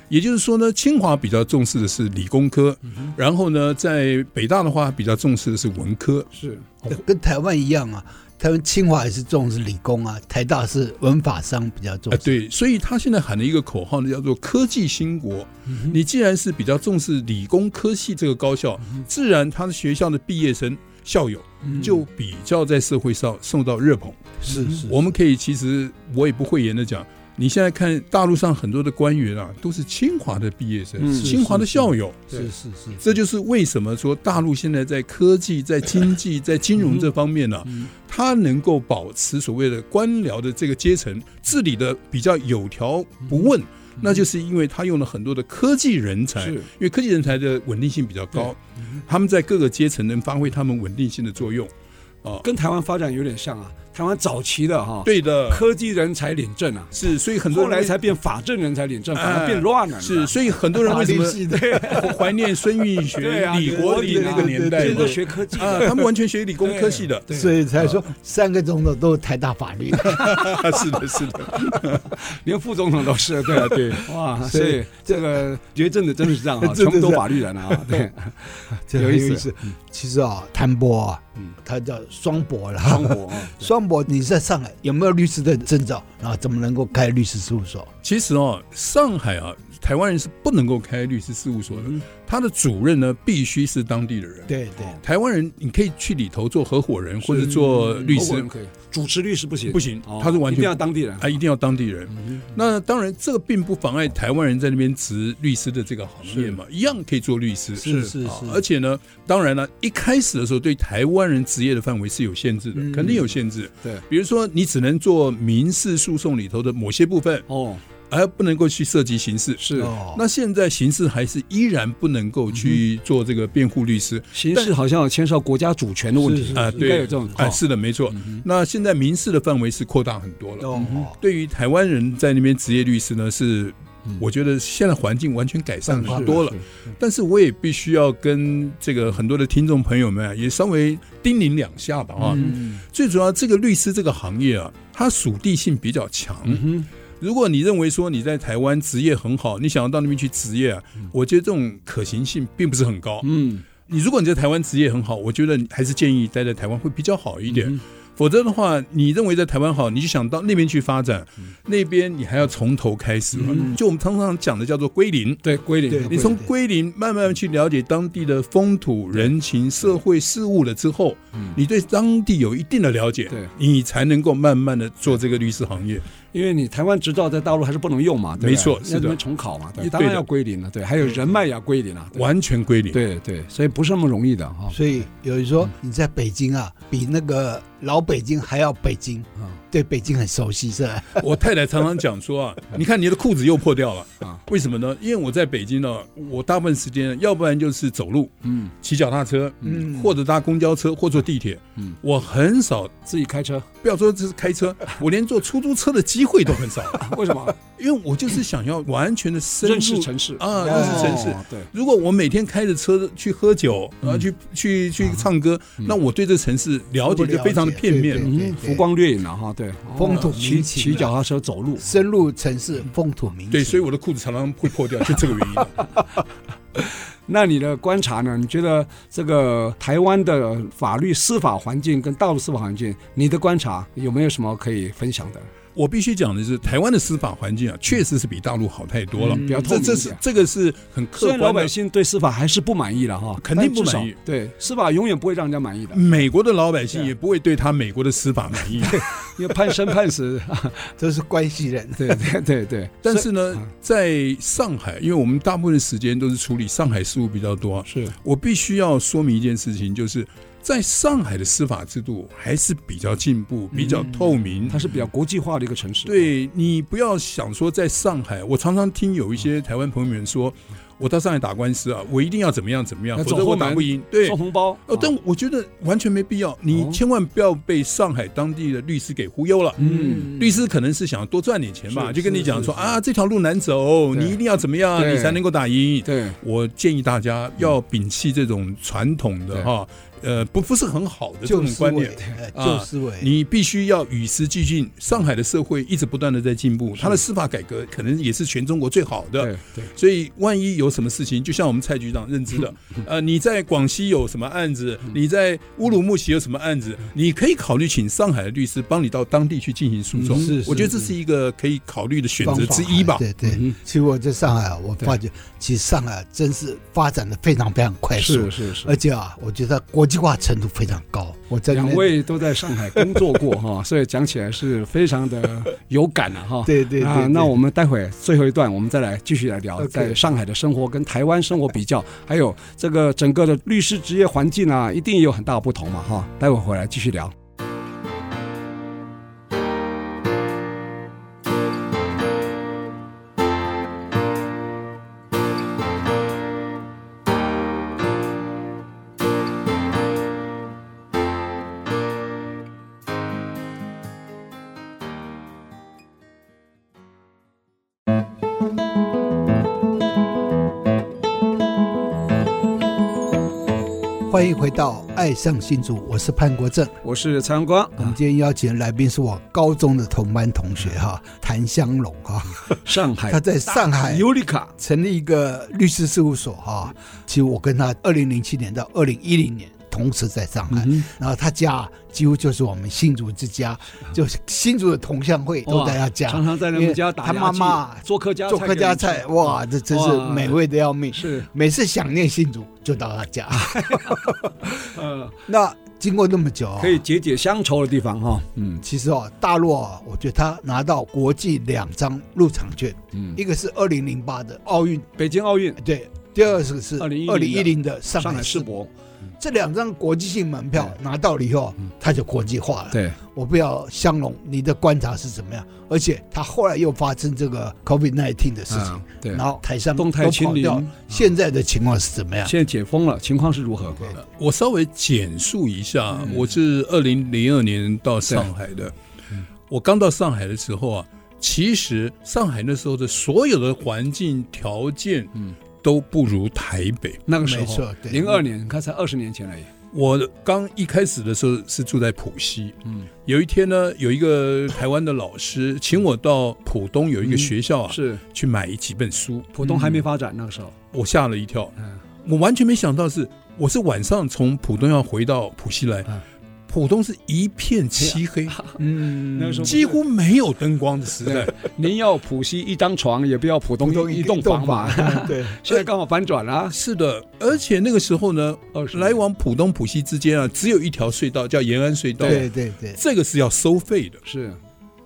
C: 也就是说呢，清华比较重视的是理工科，
B: 嗯
C: 然后呢，在北大的话比较重视的是文科。
A: 是
B: 对跟台湾一样啊，台湾清华也是重视理工啊，台大是文法商比较重
C: 啊、
B: 视，
C: 对，所以他现在喊的一个口号呢，叫做“科技兴国”
B: 嗯
C: 你既然是比较重视理工科系这个高校，
B: 嗯
C: 自然他的学校的毕业生校友就比较在社会上受到热捧。
B: 是是，
C: 我们可以，其实我也不讳言的讲，你现在看大陆上很多的官员啊，都是清华的毕业生，
A: 嗯
C: 清华的校友。
B: 是是是，
C: 这就是为什么说大陆现在在科技、在经济、在金融这方面呢、
A: 嗯
C: 它能够保持所谓的官僚的这个阶层治理的比较有条不紊，那就是因为它用了很多的科技人才，
A: 嗯是嗯
C: 因为科技人才的稳定性比较高，
A: 哦
C: 他们在各个阶层能发挥他们稳定性的作用。
A: 跟台湾发展有点像啊。台湾早期的哈，
C: 对的，
A: 科技人才领证啊，
C: 是，所以很多
A: 后
C: 人
A: 来才变法政人才领证，反而
C: 哎
A: 变乱了。
C: 是，所以很多人为什 么
B: 法律系
C: 怀念孙运
A: 对
C: 学、
A: 啊
C: 李国
A: 李
C: 鼎那
A: 国
C: 个
A: 鼎
C: 年代
A: 现在都
C: 嘛？
A: 学科技
C: 啊，他们完全学理工科系的，
A: 对啊
B: 所以才说三个总统都是台大法律，
A: 啊
C: 是的，是的，
A: 连副总统都是，对 啊，对，哇，
B: 所
A: 所
B: 以
A: 以这个绝政的真的是这样啊，
B: 真
A: 全
B: 的
A: 部
B: 是
A: 都法律人 啊，对，
B: 这
A: 有
B: 很
A: 意
B: 有
A: 思
B: 意思。其实啊，谭博啊，
A: 嗯
B: 他叫双博了，
A: 中国啊，对
B: 双博，你在上海有没有律师的证照？然后怎么能够开律师事务所？
C: 其实哦，上海啊，台湾人是不能够开律师事务所的，
A: 嗯
C: 他的主任呢必须是当地的人。
B: 对对，
C: 台湾人你可以去里头做合伙人或者做律
A: 中国
C: 师
A: 嗯人，可以，哦主持律师不行，
C: 不行
A: 哦，
C: 他是完
A: 一定
C: 全
A: 要当地人，嗯
C: 啊，一定要当地人。那当然，这个并不妨碍台湾人在那边执律师的这个行业嘛，一样可以做律师。
B: 是是
C: 啊
B: 是
C: 而且呢，当然了，一开始的时候对台湾人职业的范围是有限制的，
B: 嗯
C: 肯定有限制。
A: 对，
C: 比如说，你只能做民事诉讼里头的某些部分，
A: 哦，
C: 而不能够去涉及刑事。
A: 是
B: 哦
C: 那现在刑事还是依然不能够去做这个辩护律师，
A: 刑事好像有牵涉到国家主权的问
B: 是
A: 题
B: 是
C: 啊，
A: 应该有
C: 对
A: 这种，
C: 啊，
A: 哦
C: 是的，没错。那现在民事的范围是扩大很多了。嗯
B: 哦，
C: 对于台湾人在那边职业律师呢，是
A: 嗯
C: 我觉得现在环境完全改善
B: 是
C: 很多了。但是我也必须要跟这个很多的听众朋友们啊也稍微叮咛两下吧啊。
A: 嗯
C: 最主要，这个律师这个行业啊，它属地性比较强。
A: 嗯
C: 如果你认为说你在台湾职业很好，你想要到那边去职业啊，我觉得这种可行性并不是很高。
A: 嗯，
C: 你如果你在台湾职业很好，我觉得你还是建议待在台湾会比较好一
B: 嗯
C: 点。否则的话，你认为在台湾好，你就想到那边去发展，
B: 嗯
C: 那边你还要从头开始嘛。就我们常常讲的叫做归零，
A: 对，归零
B: 对，
A: 归
C: 你
A: 零
C: 从归零慢慢去了解当地的风土人情、社会事务了之后，
B: 嗯
C: 你对当地有一定的了解
A: 对，
C: 你才能够慢慢的做这个律师行业。
A: 因为你台湾执照在大陆还是不能用嘛，对不对
C: 没错是的哎
A: 要你们重考嘛，对
C: 对的
A: 当然要归零了，对，还有人脉也要归零了，对
C: 完全归零，
A: 对对，所以不是那么容易的哈。
B: 所以有人说你在北京啊，比那个老北京还要北京
C: 啊
A: 嗯，
B: 对北京很熟悉是 吧？
C: 我太太常常讲说啊，你看你的裤子又破掉了
A: 啊
C: 为什么呢？因为我在北京呢、我大部分时间要不然就是走路、
A: 嗯，
C: 骑脚踏车，
B: 嗯
C: 或者搭公交车或坐地铁，
A: 嗯
C: 我很少，
A: 自己开车，
C: 不要说这是开车，我连坐出租车的机会都很少，
A: 为什么？
C: 因 为我就是想要完全的深 入
A: 认识城市
C: 啊，认识城市。
A: 哦对，
C: 如果我每天开着车去喝酒，然后去去去唱歌，那我对这城市了解就非常的片面。
B: 对对
A: 嗯，浮光掠影了哈，对，哦
B: 风土
A: 骑
B: 民情啊
A: 骑
B: 的
A: 脚踏车走路，
B: 深入城市，风土民情。
C: 对，所以我的裤子常常会破掉，就这个原因。
A: 那你的观察呢？你觉得这个台湾的法律司法环境跟大陆司法环境，你的观察有没有什么可以分享的？
C: 我必须讲的是，台湾的司法环境啊，确实是比大陆好太多了。
A: 嗯嗯比较透
C: 这
A: 明一
C: 这
A: 点
C: 是这个是很
A: 虽
C: 客
A: 然老
C: 观
A: 百
C: 的。
A: 姓对司法还是不满意了哈，
C: 肯定不满
A: 但
C: 意
A: 至少。对，司法永远不会让人家满意的，
C: 美国的老百姓
A: 对啊
C: 也不会对他美国的司法满意，
A: 因为判生判死，
B: 这是关系人。
A: 对对对对。
C: 但
A: 所啊
C: 是呢，在上海，因为我们大部分时间都是处理上海事务比较多啊，
A: 以是
C: 我必须要说明一件事情，就是在上海的司法制度还是比较进步、
A: 嗯
C: 比较透明。
A: 它是比较国际化的一个城市，，
C: 对你不要想说在上海，我常常听有一些台湾朋友们说，我到上海打官司啊，我一定要怎么样怎么样，
A: 要
C: 否
A: 走
C: 则我
A: 后
C: 打
A: 门
C: 不赢。对
A: 送，红包。
C: 哦，但
A: 啊
C: 我觉得完全没必要，你
A: 哦
C: 千万不要被上海当地的律师给忽悠了。
A: 嗯，
C: 律师可能是想多赚点钱吧，
A: 是
C: 就跟你讲
A: 是
C: 说
A: 是
C: 啊，这条路难走，
A: 对
C: 你一定要怎么样，
A: 对
C: 你才能够打赢。
A: 啊对，嗯
C: 我建议大家要摒弃这种传统的
A: 对
C: 哈，呃，不不是很好的这
B: 旧
C: 种
B: 思
C: 观
B: 维
C: 念。，
B: 呃
C: 啊
B: 旧思维。
C: 你必须要与时俱进。上海的社会一直不断的在进步，它的司法改革可能也是全中国最好的。
A: 对对
C: 所以万一有什么事情，就像我们蔡局长认知的，
B: 嗯
C: 呃，你在广西有什么案子，你在乌鲁木齐有什么案
B: 嗯
C: 子，你可以考虑请上海的律师帮你到当地去进行诉讼
B: 嗯是。是
C: 我觉得这是一个可以考虑的选
B: 方
C: 择
B: 法
C: 之一吧。
B: 对对，
A: 嗯
B: 其实我在上海啊，我
A: 对
B: 发觉其实上海真是发展的非常非常快
A: 是，
B: 速
A: 是是
B: 而。且啊，我觉得国际化程度非常高。我在那
A: 两
B: 边
A: 位都在上海工作过哈， 所以讲起来是非常的有感了、哈。
B: 对对对
A: 啊，
B: 对
A: 那我们待会最后一段，我们再来继续来聊
B: OK
A: 在上海的生活跟台湾生活比较，还有这个整个的律师职业环境啊，一定有很大不同嘛哈。待会回来继续聊。
B: 欢迎回到《爱上新竹》，我是潘国
C: 啊
B: 正。
A: 我是蔡阳光，
B: 我们今天邀请的来宾是我高中的同班同学哈，
C: 嗯
B: 谭香龙哈，
A: 上海
B: 他在上海
A: 尤里卡，
B: 成立一个律师事务所哈。其实我跟他二零零七年到二零一零年同时在上海，
A: 嗯
B: 然后他家几乎就是我们新竹之家，就是新竹的同乡会都在他家，
A: 哇常常在他们家打
B: 因为他妈妈
A: 牙祭做客家
B: 做客家
A: 给
B: 菜，
A: 你吃
B: 哇，这真是
A: 哇
B: 美味的要命。
A: 是
B: 每次想念新竹就到他家。
A: 啊呃，
B: 那经过那么久、啊，
A: 可以解解乡愁的地方哈，嗯
B: 其实哦，大陆啊，我觉得他拿到国际两张入场券，
A: 嗯，
B: 一个是二零零八的奥运，哎
A: 北京奥运
B: 对，第二个是二
A: 2010
B: 零一零的上
A: 上
B: 海
A: 海世
B: 世博，
A: 博，
B: 这两张国际性门票拿到了以后，他就国际化了。
A: 嗯对，
B: 我不要香龙，你的观察是怎么样？而且他后来又发生这个 COVID 19的事情
A: 嗯，对
B: 啊然后台商
A: 动态
B: 都
A: 清
B: 跑掉
A: 零，嗯
B: 现在的情况是怎么样？
A: 现在解封了，情况是如何？
C: 我稍微简述一下，
A: 嗯
C: 我是二零零二年到上海的。
A: 嗯
C: 我刚到上海的时候啊，其实上海那时候的所有的环境条件，
A: 嗯
C: 都不如台北。
A: 那个时
B: 没
A: 候
B: 错，对
A: 零二年，你看才二十年前而已，
C: 我刚一开始的时候是住在浦西，
A: 嗯，
C: 有一天呢，有 一个台湾的老师请我到浦东有一个学校啊，
A: 嗯是
C: 去买几本书，嗯
A: 浦东还没发展那个时候，
C: 我吓了一跳，
A: 嗯
C: 我完全没想到是我是晚上从浦东要回到浦西来
A: 嗯，
C: 浦东是一片漆黑，
B: 嗯
A: 那个时候
C: 几乎没有灯光的时代。
A: 您要浦西一张床，也不要浦东一栋房嘛。
B: 对，
A: 现在刚好反转了啊，
C: 是的，而且那个时候呢，
A: 20
C: 来往浦东浦西之间啊，只有一条隧道叫延安隧道，
B: 对对对，
C: 这个是要收费的。
A: 是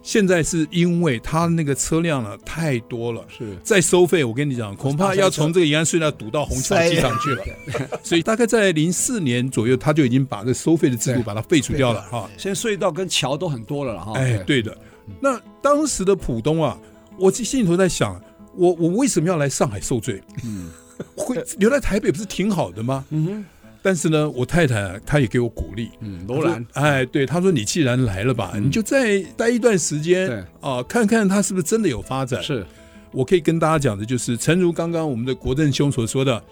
C: 现在是因为它那个车辆呢、太多了。
A: 是，
C: 再收费，我跟你讲，恐怕要从这个延安隧道堵到虹桥机场去了。所以大概在零四年左右，他就已经把这收费的制度
A: 对
C: 把它废除掉了
B: 对
C: 哈。
A: 现在隧道跟桥都很多了了哈。
C: 哎，，对的。那当时的浦东啊，我心里头在想，我我为什么要来上海受罪？
A: 嗯
C: 会留在台北不是挺好的吗？
A: 嗯哼
C: 但是呢，我太太啊她也给我鼓励。
A: 嗯，楼兰嗯
C: 她说哎，对，她说你既然来了吧，你就再待一段时间，
A: 对
C: 啊，看看它是不是真的有发展。
A: 是
C: 我可以跟大家讲的就是，诚如刚刚我们的国政兄所说的，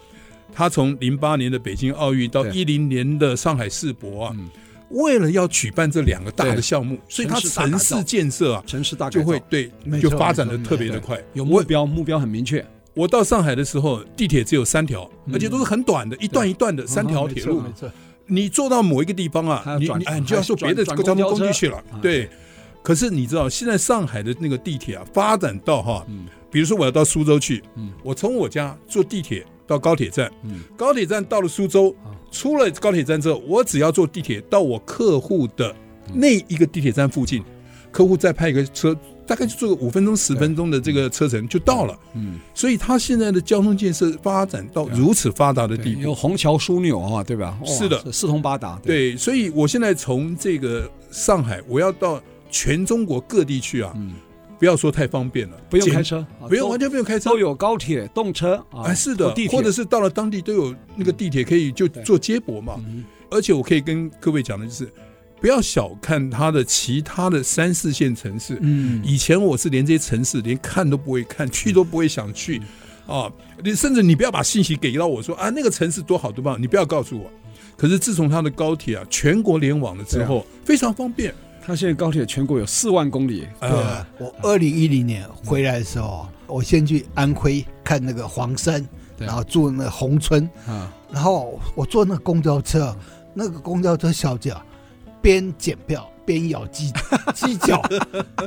C: 他从零八年的北京奥运到
A: 对
C: 一零年的上海世博啊
A: 嗯，
C: 为了要举办这两个大的
A: 对
C: 项目，所以他
A: 城市大改
C: 城
A: 造
C: 市建设啊，
A: 城市大改
C: 就
A: 造
C: 会对
B: 没
C: 就
B: 错
C: 发展的
B: 没错
C: 特别的快。
A: 有目标，目标很明确。
C: 我到上海的时候，地铁只有三条，
A: 嗯哦
C: 而且都是很短的，一段一段的三条
A: 没
C: 铁
A: 错
C: 路
A: 没。
B: 错，
C: 你坐到某一个地方
A: 还
C: 啊，
A: 要
C: 你
A: 转
C: 你哎，你就要坐别的
A: 转
C: 交通
A: 公交
C: 工具
A: 车
C: 去了
A: 啊。
C: 对，可是你知道，现在上海的那个地铁啊，发展到哈
A: 嗯，
C: 比如说我要到苏州去
A: 嗯，
C: 我从我家坐地铁到高铁站
A: 嗯，
C: 高铁站到了苏州
A: 啊，
C: 出了高铁站之后，我只要坐地铁到我客户的
A: 嗯
C: 那一个地铁站附近，客户再派一个车，大概就坐个五分钟、十分钟的这个车程就到了。
A: 嗯，
C: 所以它现在的交通建设发展到如此发达的
A: 对
C: 地步
A: 有。虹桥枢纽啊，对吧？哇
C: 是的
A: 四通八达。，
C: 对，所以我现在从这个上海，我要到全中国各地去啊，
A: 嗯，
C: 不要说太方便了，
A: 不用
C: 简
A: 开，车，啊
C: 不用
A: 都
C: 完全不用开车
A: 都。有高铁、动车啊
C: 啊，是的
A: 或地，铁
C: 或者是到了当地都有那个地铁可以就
A: 对
C: 做接驳嘛。
A: 嗯
C: 而且我可以跟各位讲的就是，不要小看它的其他的三四线城市。
A: 嗯
C: 以前我是连这些城市连看都不会看，去都不会想
A: 嗯
C: 去啊。你甚至你不要把信息给到我说啊，那个城市多好多棒，你不要告诉我。可是自从它的高铁啊全国联网了之后，
A: 啊
C: 非常方便。
A: 它现在高铁全国有四万公里，
C: 啊、
B: 对啊，
A: 嗯
B: 我二零一零年回来的时候，我先去安徽看那个黄山，
A: 对
B: 然后住那个宏村，
A: 啊，
B: 然后我坐那个公交车，那个公交车小姐啊边检票边咬鸡 鸡脚，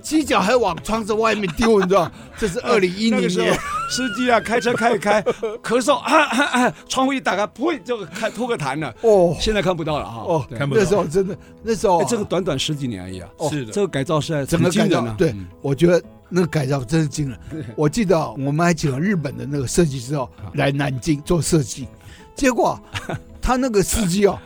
B: 鸡脚还往窗子外面丢，你知道？这是二零一
A: 那
B: 零
A: 个时候
B: 年，
A: 司机啊，开车开一 开，咳嗽啊啊啊，窗户一打开，噗就开吐个痰了。
B: 哦
A: 现在看不到了哈。
B: 哦
A: 对，
C: 看不到
B: 那时候真的，那时候啊、
A: 哎这个短短十几年而已啊。
C: 哦是的
A: 这个改造是在
B: 整个改造
A: 呢？，
B: 对
A: 嗯，
B: 我觉得那个改造真是惊人
A: 对。
B: 我记得啊我们还请了日本的那个设计师哦来南京做设计，结果啊他那个司机哦。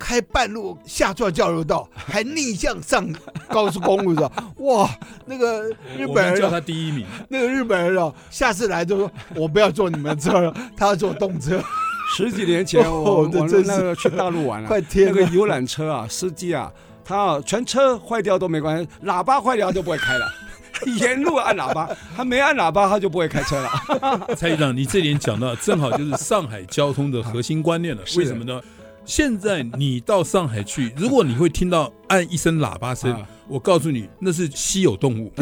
B: 开半路下错交流道，还逆向上高速公路的，哇！那个日
C: 我
B: 本
C: 们
B: 人
C: 叫
B: 啊，
C: 他第一名。
B: 那个日本人哦，下次来就说我不要坐你们车了，他要坐动车，
A: 十几年前我
B: 哦
A: 我
B: 这
A: 我
B: 真是
A: 那个去大陆玩了，
B: 快
A: 那
B: 天
A: 个
B: 了！
A: 游览车啊，司机啊，他啊全车坏掉都没关系，喇叭坏掉就不会开了。 沿路按喇叭，他没按喇叭，他就不会开车 了。
C: 蔡局长，你这点讲到正好就是上海交通的核心观念了。
A: 是
C: 为什么呢？现在你到上海去，如果你会听到按一声喇叭声
A: 啊，
C: 我告诉你，那是稀有动 物，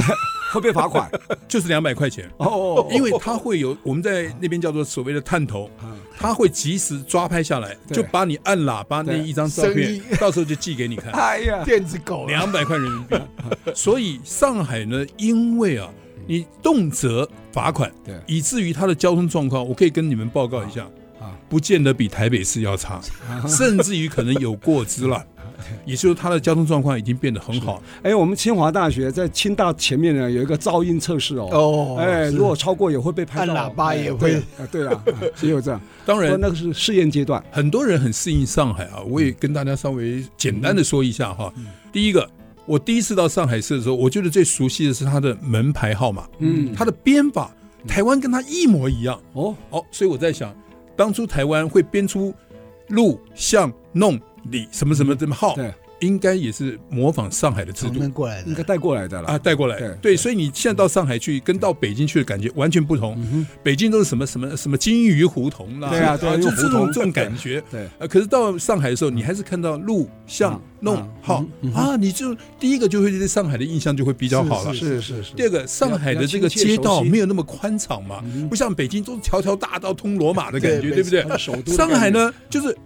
A: 会被罚款
C: 就是两百块钱。
A: 哦，
C: 因为它会有我们在那边叫做所谓的探头
A: 啊，
C: 它会及时抓拍下来，
A: 对
C: 就把你按喇叭那
A: 对
C: 一张照
B: 生
C: 片
B: 意，
C: 到时候就寄 给你看。
A: 哎呀，
B: 电子狗了，
C: 两百块人 民币。所以上海呢，因为啊，你动辄罚款，
A: 嗯对
C: 以至于它的交通状况，我可以跟你们报告一下
A: 啊啊
C: 不见得比台北市要差，甚至于可能有过 之了。也就是它的交通状况已经变得很好，
A: 哎，我们清华大学在清大前面呢有一个噪音测试哦。
B: 哦
A: 哎，
B: 是
A: 如果超过也会被拍到，
B: 按喇叭
A: 哎
B: 也会
A: 对啊，对 啊，只有这样。
C: 当
A: 不过
C: 然。
A: 那个是试验阶段，
C: 很多人很适应上海
A: 嗯
C: 啊，我也跟大家稍微简单的说一下哈。第一个，我第一次到上海市的时候，我觉得最熟悉的是它的门牌号码，
A: 嗯，
C: 它的编法，台湾跟它一模一样。
A: 哦，
C: 哦，所以我在想，当初台湾会编出路、巷、弄、里什么什么这么号，
A: 嗯对，
C: 应该也是模仿上海的制
B: 从
C: 度
B: 那过来
A: 应该
B: 的，
A: 带过来的
C: 啊
A: 啦。
C: 带过来。
A: 对嗯
C: 对，所以你现在到上海去，跟到北京去的感觉完全不同。北京都是什么什么什么金鱼胡同啦，
A: 对啊对啊
C: 就
A: 用胡
C: 这种
A: 同
C: 这种感觉。
A: 对，
C: 呃，可是到上海的时候，你还是看到路、巷
A: 啊、
C: 弄
A: 啊、
C: 号
A: 嗯嗯
C: 啊，你就第一个就会对上海的印象就会比较好了。
A: 是是是
C: 第二个，上海的这个街道没有那么宽敞嘛，
A: 嗯
C: 不像北京都是条条大道通罗马的感觉，对不对？
A: 首都的啊
C: 上
A: 概
C: 海
A: 念
C: 呢，就是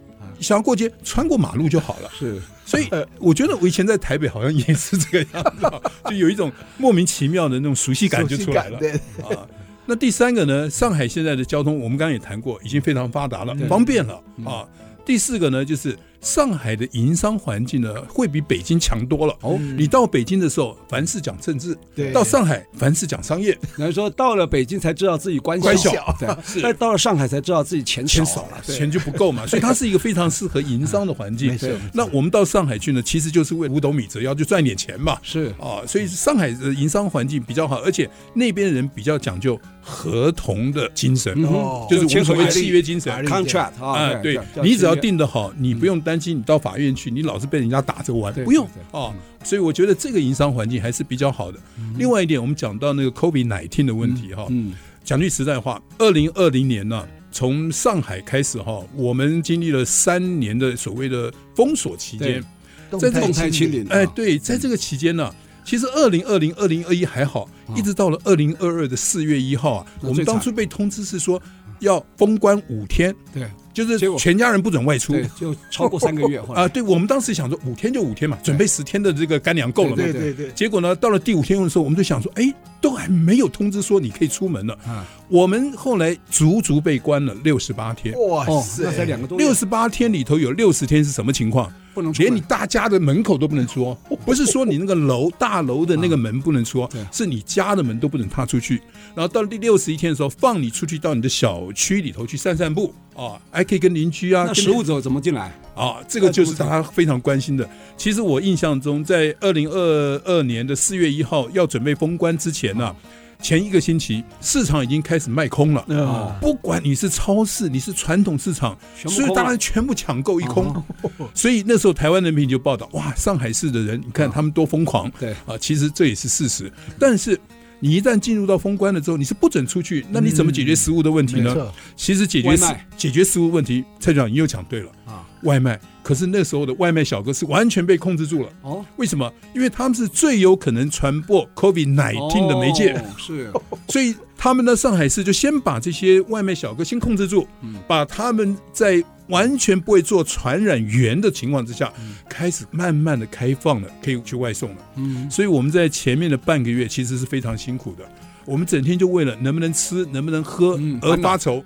C: 想要过街，穿过马路就好了。
A: 是
C: 所以
A: 呃
C: 我觉得我以前在台北好像也是这个样子 啊，就有一种莫名其妙的那种熟悉感就出来了
B: 对，
C: 啊。那第三个呢，上海现在的交通我们刚刚也谈过，已经非常发达了，方便了啊。第四个呢，就是上海的营商环境呢，会比北京强多了。
A: 哦。
C: 你到北京的时候，凡事讲政治；
B: 对
C: 到上海，凡事讲商业。
A: 等于说到了北京才知道自己官啊
C: 官小
A: 对，
C: 是
A: 但到了上海才知道自己钱
C: 钱
A: 少
C: 少
A: 啊
C: 了，
A: 对
C: 钱就不够嘛，所以它是一个非常适合营商的环境
B: 没错没错。
C: 那我们到上海去呢，其实就是为五斗米折腰，就赚点钱嘛。
A: 是
C: 啊，所以上海的营商环境比较好，而且那边人比较讲究合同的精神，
A: 嗯
B: 哦
C: 就是我
A: 签
C: 们所谓
A: 合
C: 契
A: 同
C: 约精神
B: 法律。
A: contract
C: 啊
A: 啊，，
C: 对
A: 叫叫
C: 你只要
A: 契约
C: 定的好，你不用担心你到法院去，你老是被人家打着玩，
A: 嗯对
C: 不用
A: 对
C: 啊。所以我觉得这个营商环境还是比较好的。另外一点，我们讲到那个 COVID 1 9的问题哈，
A: 嗯
C: 讲句实在话，二零二零年呢、从上海开始哈，我们经历了三年的所谓的封锁期间
A: 对。
C: 在这
A: 动
C: 种
A: 态清零，
C: 哎，
A: 啊，
C: 对，在这个期间呢、其实二零二零、二零二一还好，一直到了二零二二的四月一号啊，
A: 那
C: 我们
A: 最惨
C: 当初被通知是说要封关五天，
A: 对
C: 就是
A: 结果
C: 全家人不准外出。
A: 对，就超过三个月后来
C: 啊，对，我们当时想说五天就五天嘛，准备十天的这个干粮够了嘛。
B: 对对对，
C: 结果呢，到了第五天的时候，我们就想说，哎，都还没有通知说你可以出门了。
A: 啊
C: 我们后来足足被关了六十八天，
B: 哇
A: 哦，那才
B: 塞，
A: 两个多月
C: 六十八天里头有六十天是什么情况？
A: 不能出
C: 连
A: 门
C: 你大家的门口都不能出哦，不是说你那个楼大楼的那个门不能出
A: 啊
C: 哦
A: 对，
C: 是你家的门都不能踏出去。然后到第六十一天的时候，放你出去到你的小区里头去散散步啊，还可以跟邻居啊，
A: 那
C: 跟
A: 食物走怎么进来？
C: 啊，这个就是大家非常关心的。其实我印象中，在二零二二年的四月一号要准备封关之前呢、啊前一个星期市场已经开始卖空了。
A: 啊
C: 不管你是超市，你是传统市场，
A: 全部
C: 所以
A: 空
C: 当
A: 了哦
C: 然全部抢购一空。 所以那时候台湾人民就报道，哇，上海市的人，你看他们多疯狂。
A: 啊对
C: 啊，其实这也是事实。但是你一旦进入到封关了之后，你是不准出去，那你怎
A: 嗯
C: 么解决食物的问题
B: 没
C: 呢？
B: 错，
C: 其实解决
A: 外
C: 食
A: 卖
C: 解决食物问题，蔡局长你又讲对了
A: 啊，
C: 外卖。可是那时候的外卖小哥是完全被控制住了，
A: 哦，
C: 为什么？因为他们是最有可能传播 COVID 1 9的媒介，
A: 哦是
C: 所以他们呢，上海市就先把这些外卖小哥先控制住，
A: 嗯
C: 把他们在完全不会做传染源的情况之下，开始慢慢的开放了，可以去外送了。
A: 嗯
C: 所以我们在前面的半个月其实是非常辛苦的，我们整天就为了能不能吃、能不能喝
A: 嗯
C: 而发愁，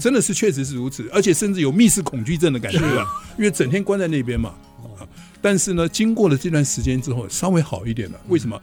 C: 真的是确实是如此，而且甚至有密室恐惧症的感觉
A: 啊
C: 了，因为整天关在那边嘛。
A: 哦
C: 啊但是呢，经过了这段时间之后，稍微好一点了。为什么？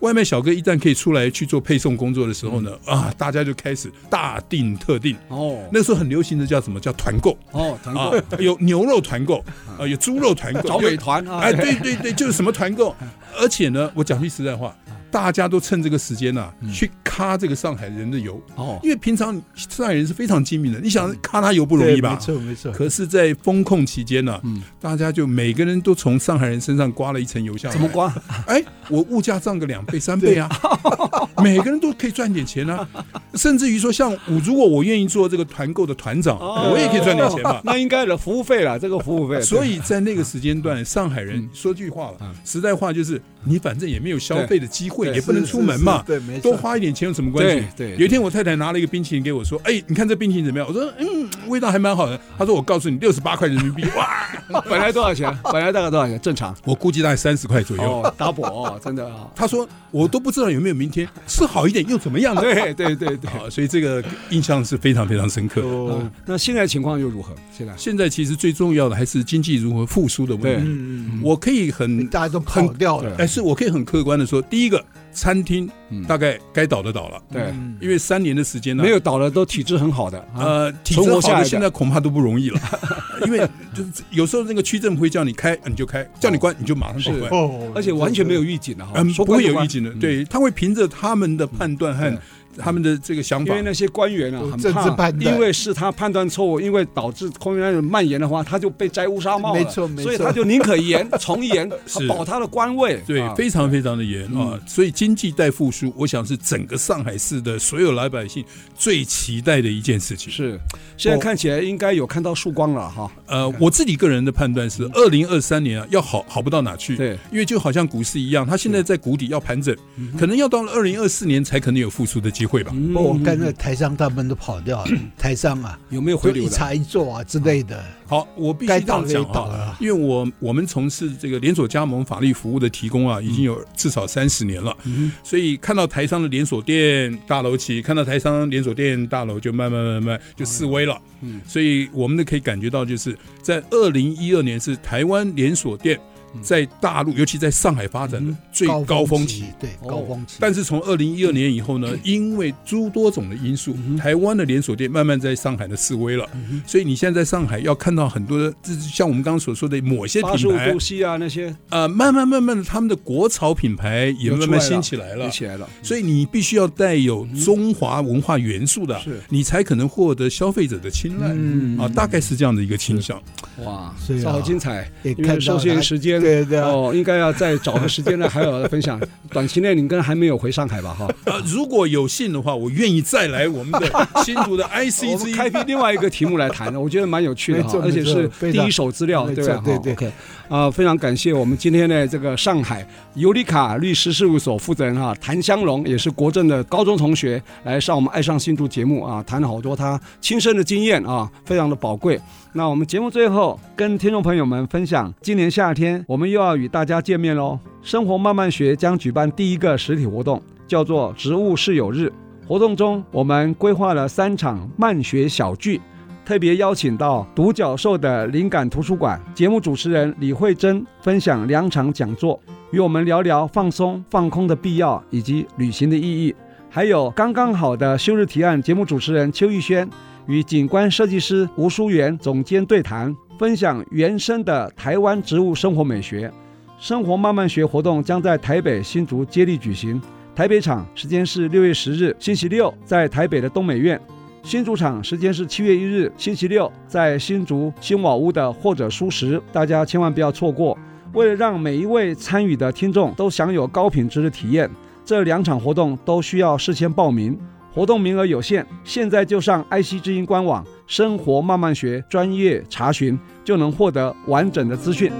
C: 外卖小哥一旦可以出来去做配送工作的时候呢，
A: 嗯
C: 啊，大家就开始大订特订。
A: 哦
C: 那时候很流行的叫什么叫团购
A: 哦，团
C: 啊
A: 购，
C: 有牛肉 团购啊，有猪肉团购，
A: 找嗯
C: 有
A: 美团啊，
C: 哎，对对对，就是什么团 购，而且呢，我讲句实在话，
A: 嗯
C: 大家都趁这个时间呐、去卡这个上海人的油，
A: 哦
C: 因为平常上海人是非常精明的，你想
A: 嗯
C: 卡他油不容易吧
B: 没？错没错，
C: 可是，在风控期间呢、啊
A: 嗯
C: 大家就每个人都从上海人身上刮了一层油下来。
A: 怎么？刮？
C: 哎，我物价涨个两 倍三倍啊， 每个人都可以赚点钱啊，甚至于说像我，如果我愿意做这个团购的团长，
A: 哦
C: 我也可以赚点钱嘛。
A: 那应该的，服务费啊了，这个服务费。
C: 所以在那个时间
A: 嗯
C: 段，上海人说句话吧，实在话就是，你反正也没有消费的机会，
A: 对
C: 也不能
B: 是
C: 出门嘛，
B: 是是对没错
C: 多花一点钱有什么关系？
A: 对对
C: 有一天我太太拿了一个冰淇淋给我，说：“哎，你看这冰淇淋怎么样？”我说：“嗯，味道还蛮好的。”她说：“我告诉你，六十八块人民币，哇，
A: 对本来多少 钱？本来大概多少钱？正常。
C: 我估计大概三十块左右。
A: 哦，打补哦，真的啊。
C: 她说：“我都不知道有没有明天，吃好一点又怎么样呢？”
A: 对对对对。
C: 好，所以这个印象是非常非常深刻的。
A: 哦，那现在情况又如何？现在
C: 现在其实最重要的还是经济如何复苏的问题。
B: 嗯，
C: 我可以很
B: 大家都跑掉了，
C: 哎，是我可以很客观的说，第一个，餐厅
A: 嗯
C: 大概该倒的倒了，
A: 对，
B: 嗯
C: 因为三年的时间呢，
A: 没有倒的都体质很好的啊。
C: 呃，体
A: 存
C: 制
A: 活
C: 好
A: 下来
C: 的
A: 的
C: 现在恐怕都不容易了， 因为就是有时候那个区政府会叫你开你就开，叫你关你就马上就是关。
B: 哦
A: 而且完全没有预警的哈，
C: 嗯，
A: 说
C: 不
A: 关
C: 会
A: 就
C: 有
A: 关
C: 意见的，
A: 嗯
C: 对，他会凭着他们的判断和
A: 对
C: 他们的这个想
A: 因
C: 法
A: 为，那些官员啊，
B: 有
A: 很
B: 政治
A: 怕
B: 判断
A: 因为是他判断错误，因为导致空原蔓延的话，他就被摘乌纱帽了
B: 没错没错
A: 所以他就宁可严从 严，
C: 是
A: 保他的官位。
C: 对
A: 啊，嗯
C: 非常非常的严啊，所以经济待复苏，我想是整个上海市的所有老百姓最期待的一件事情。
A: 是。现在看起来应该有看到曙光了哈。
C: 呃，我自己个人的判断是，二零二三年啊，要好好不到哪去。
A: 嗯对，
C: 因为就好像股市一样，它现在在谷底要盘整，可能要到了二零二四年才可能有复苏的机会吧。
A: 嗯
B: 不过我看那台商他们都跑掉了，台商啊，
A: 有没有
B: 就
A: 回流
B: 一
A: 嗯的？
B: 茶一座啊之类的，
C: 好，我必须
B: 该
C: 这
B: 倒
C: 样
B: 的也
C: 讲
B: 倒了
C: 哈
B: 啊，
C: 因为我我们从事这个连锁加盟法律服务的提供啊，已经有至少三十年了，所以看到台商的连锁店大楼起，看到台商连锁店大楼就慢慢慢慢就示威了，
A: 嗯
C: 所以我们都可以感觉到，就是在二零一二年是台湾连锁店在大陆，尤其在上海发展的最高峰期。，
B: 对
A: 哦
B: 高峰期，
C: 但是从二零一二年以后呢，因为诸多种的因素，
A: 嗯哼
C: 台湾的连锁店慢慢在上海的示威了，所以你现在在上海要看到很多的，这像我们刚刚所说的某些
A: 八十五
C: 品牌
A: 度，C 啊，那些
C: 呃，慢慢慢慢的，他们的国潮品牌也慢慢兴起来了
A: 也。起来了。
C: 所以你必须要带有中华文化元素的
A: 是，
C: 你才可能获得消费者的青睐啊，大概是这样的一个倾向。
A: 哇
B: 是啊，
A: 这好精彩！
B: 也
A: 因
B: 看到
A: 为受限
B: 他
A: 于时间，
B: 对对啊
A: 哦，应该要再找个时间呢，还有分享。短期内你应该还没有回上海吧？哈，
C: 呃，如果有幸的话，我愿意再来我们的新竹的
A: 我
C: IC 之
A: 们
C: 一。
A: 开辟另外一个题目来谈，我觉得蛮有趣的
B: 没
A: 哈
B: 错，
A: 而且是
B: 没错
A: 第一手资料，
B: 非
A: 对
B: 常
A: 吧？
B: 没错对
A: 哈，OK 啊，非常感谢我们今天的这个上海尤里卡律师事务所负责人哈谭香龙，也是国政的高中同学，来上我们《爱上新竹》节目啊，谈了好多他亲身的经验啊，非常的宝贵。那我们节目最后跟听众朋友们分享，今年夏天我们又要与大家见面喽。生活慢慢学将举办第一个实体活动，叫做植物室友日。活动中，我们规划了三场慢学小聚，特别邀请到独角兽的灵感图书馆节目主持人李慧珍分享两场讲座，与我们聊聊放松、放空的必要以及旅行的意义。还有刚刚好的休日提案节目主持人邱逸轩与景观设计师吴淑媛总监对谈，分享原生的台湾植物生活美学。生活慢慢学活动将在台北、新竹接力举行，台北场时间是六月十日星期六，在台北的东美院。新竹场时间是七月一日星期六，在新竹新瓦屋的或者书食，大家千万不要错过。为了让每一位参与的听众都享有高品质的体验，这两场活动都需要事先报名，活动名额有限，现在就上爱惜之音官网“生活慢慢学”专业查询，就能获得完整的资讯。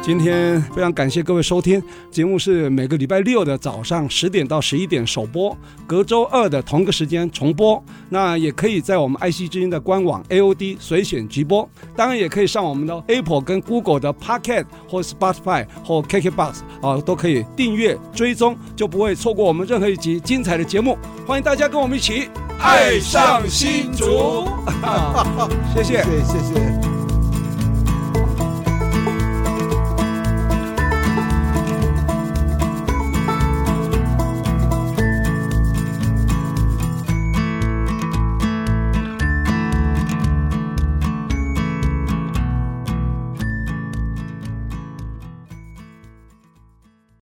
A: 今天非常感谢各位收听，节目是每个礼拜六的早上十点到十一点首播，隔周二的同个时间重播。那也可以在我们爱惜之音的官网 AOD 随选直播，当然也可以上我们的 Apple 跟 Google 的 Pocket 或 Spotify 或 KKBox 啊，都可以订阅追踪，就不会错过我们任何一集精彩的节目。欢迎大家跟我们一起
C: 爱上新竹，
A: 谢谢。
B: 谢谢谢谢。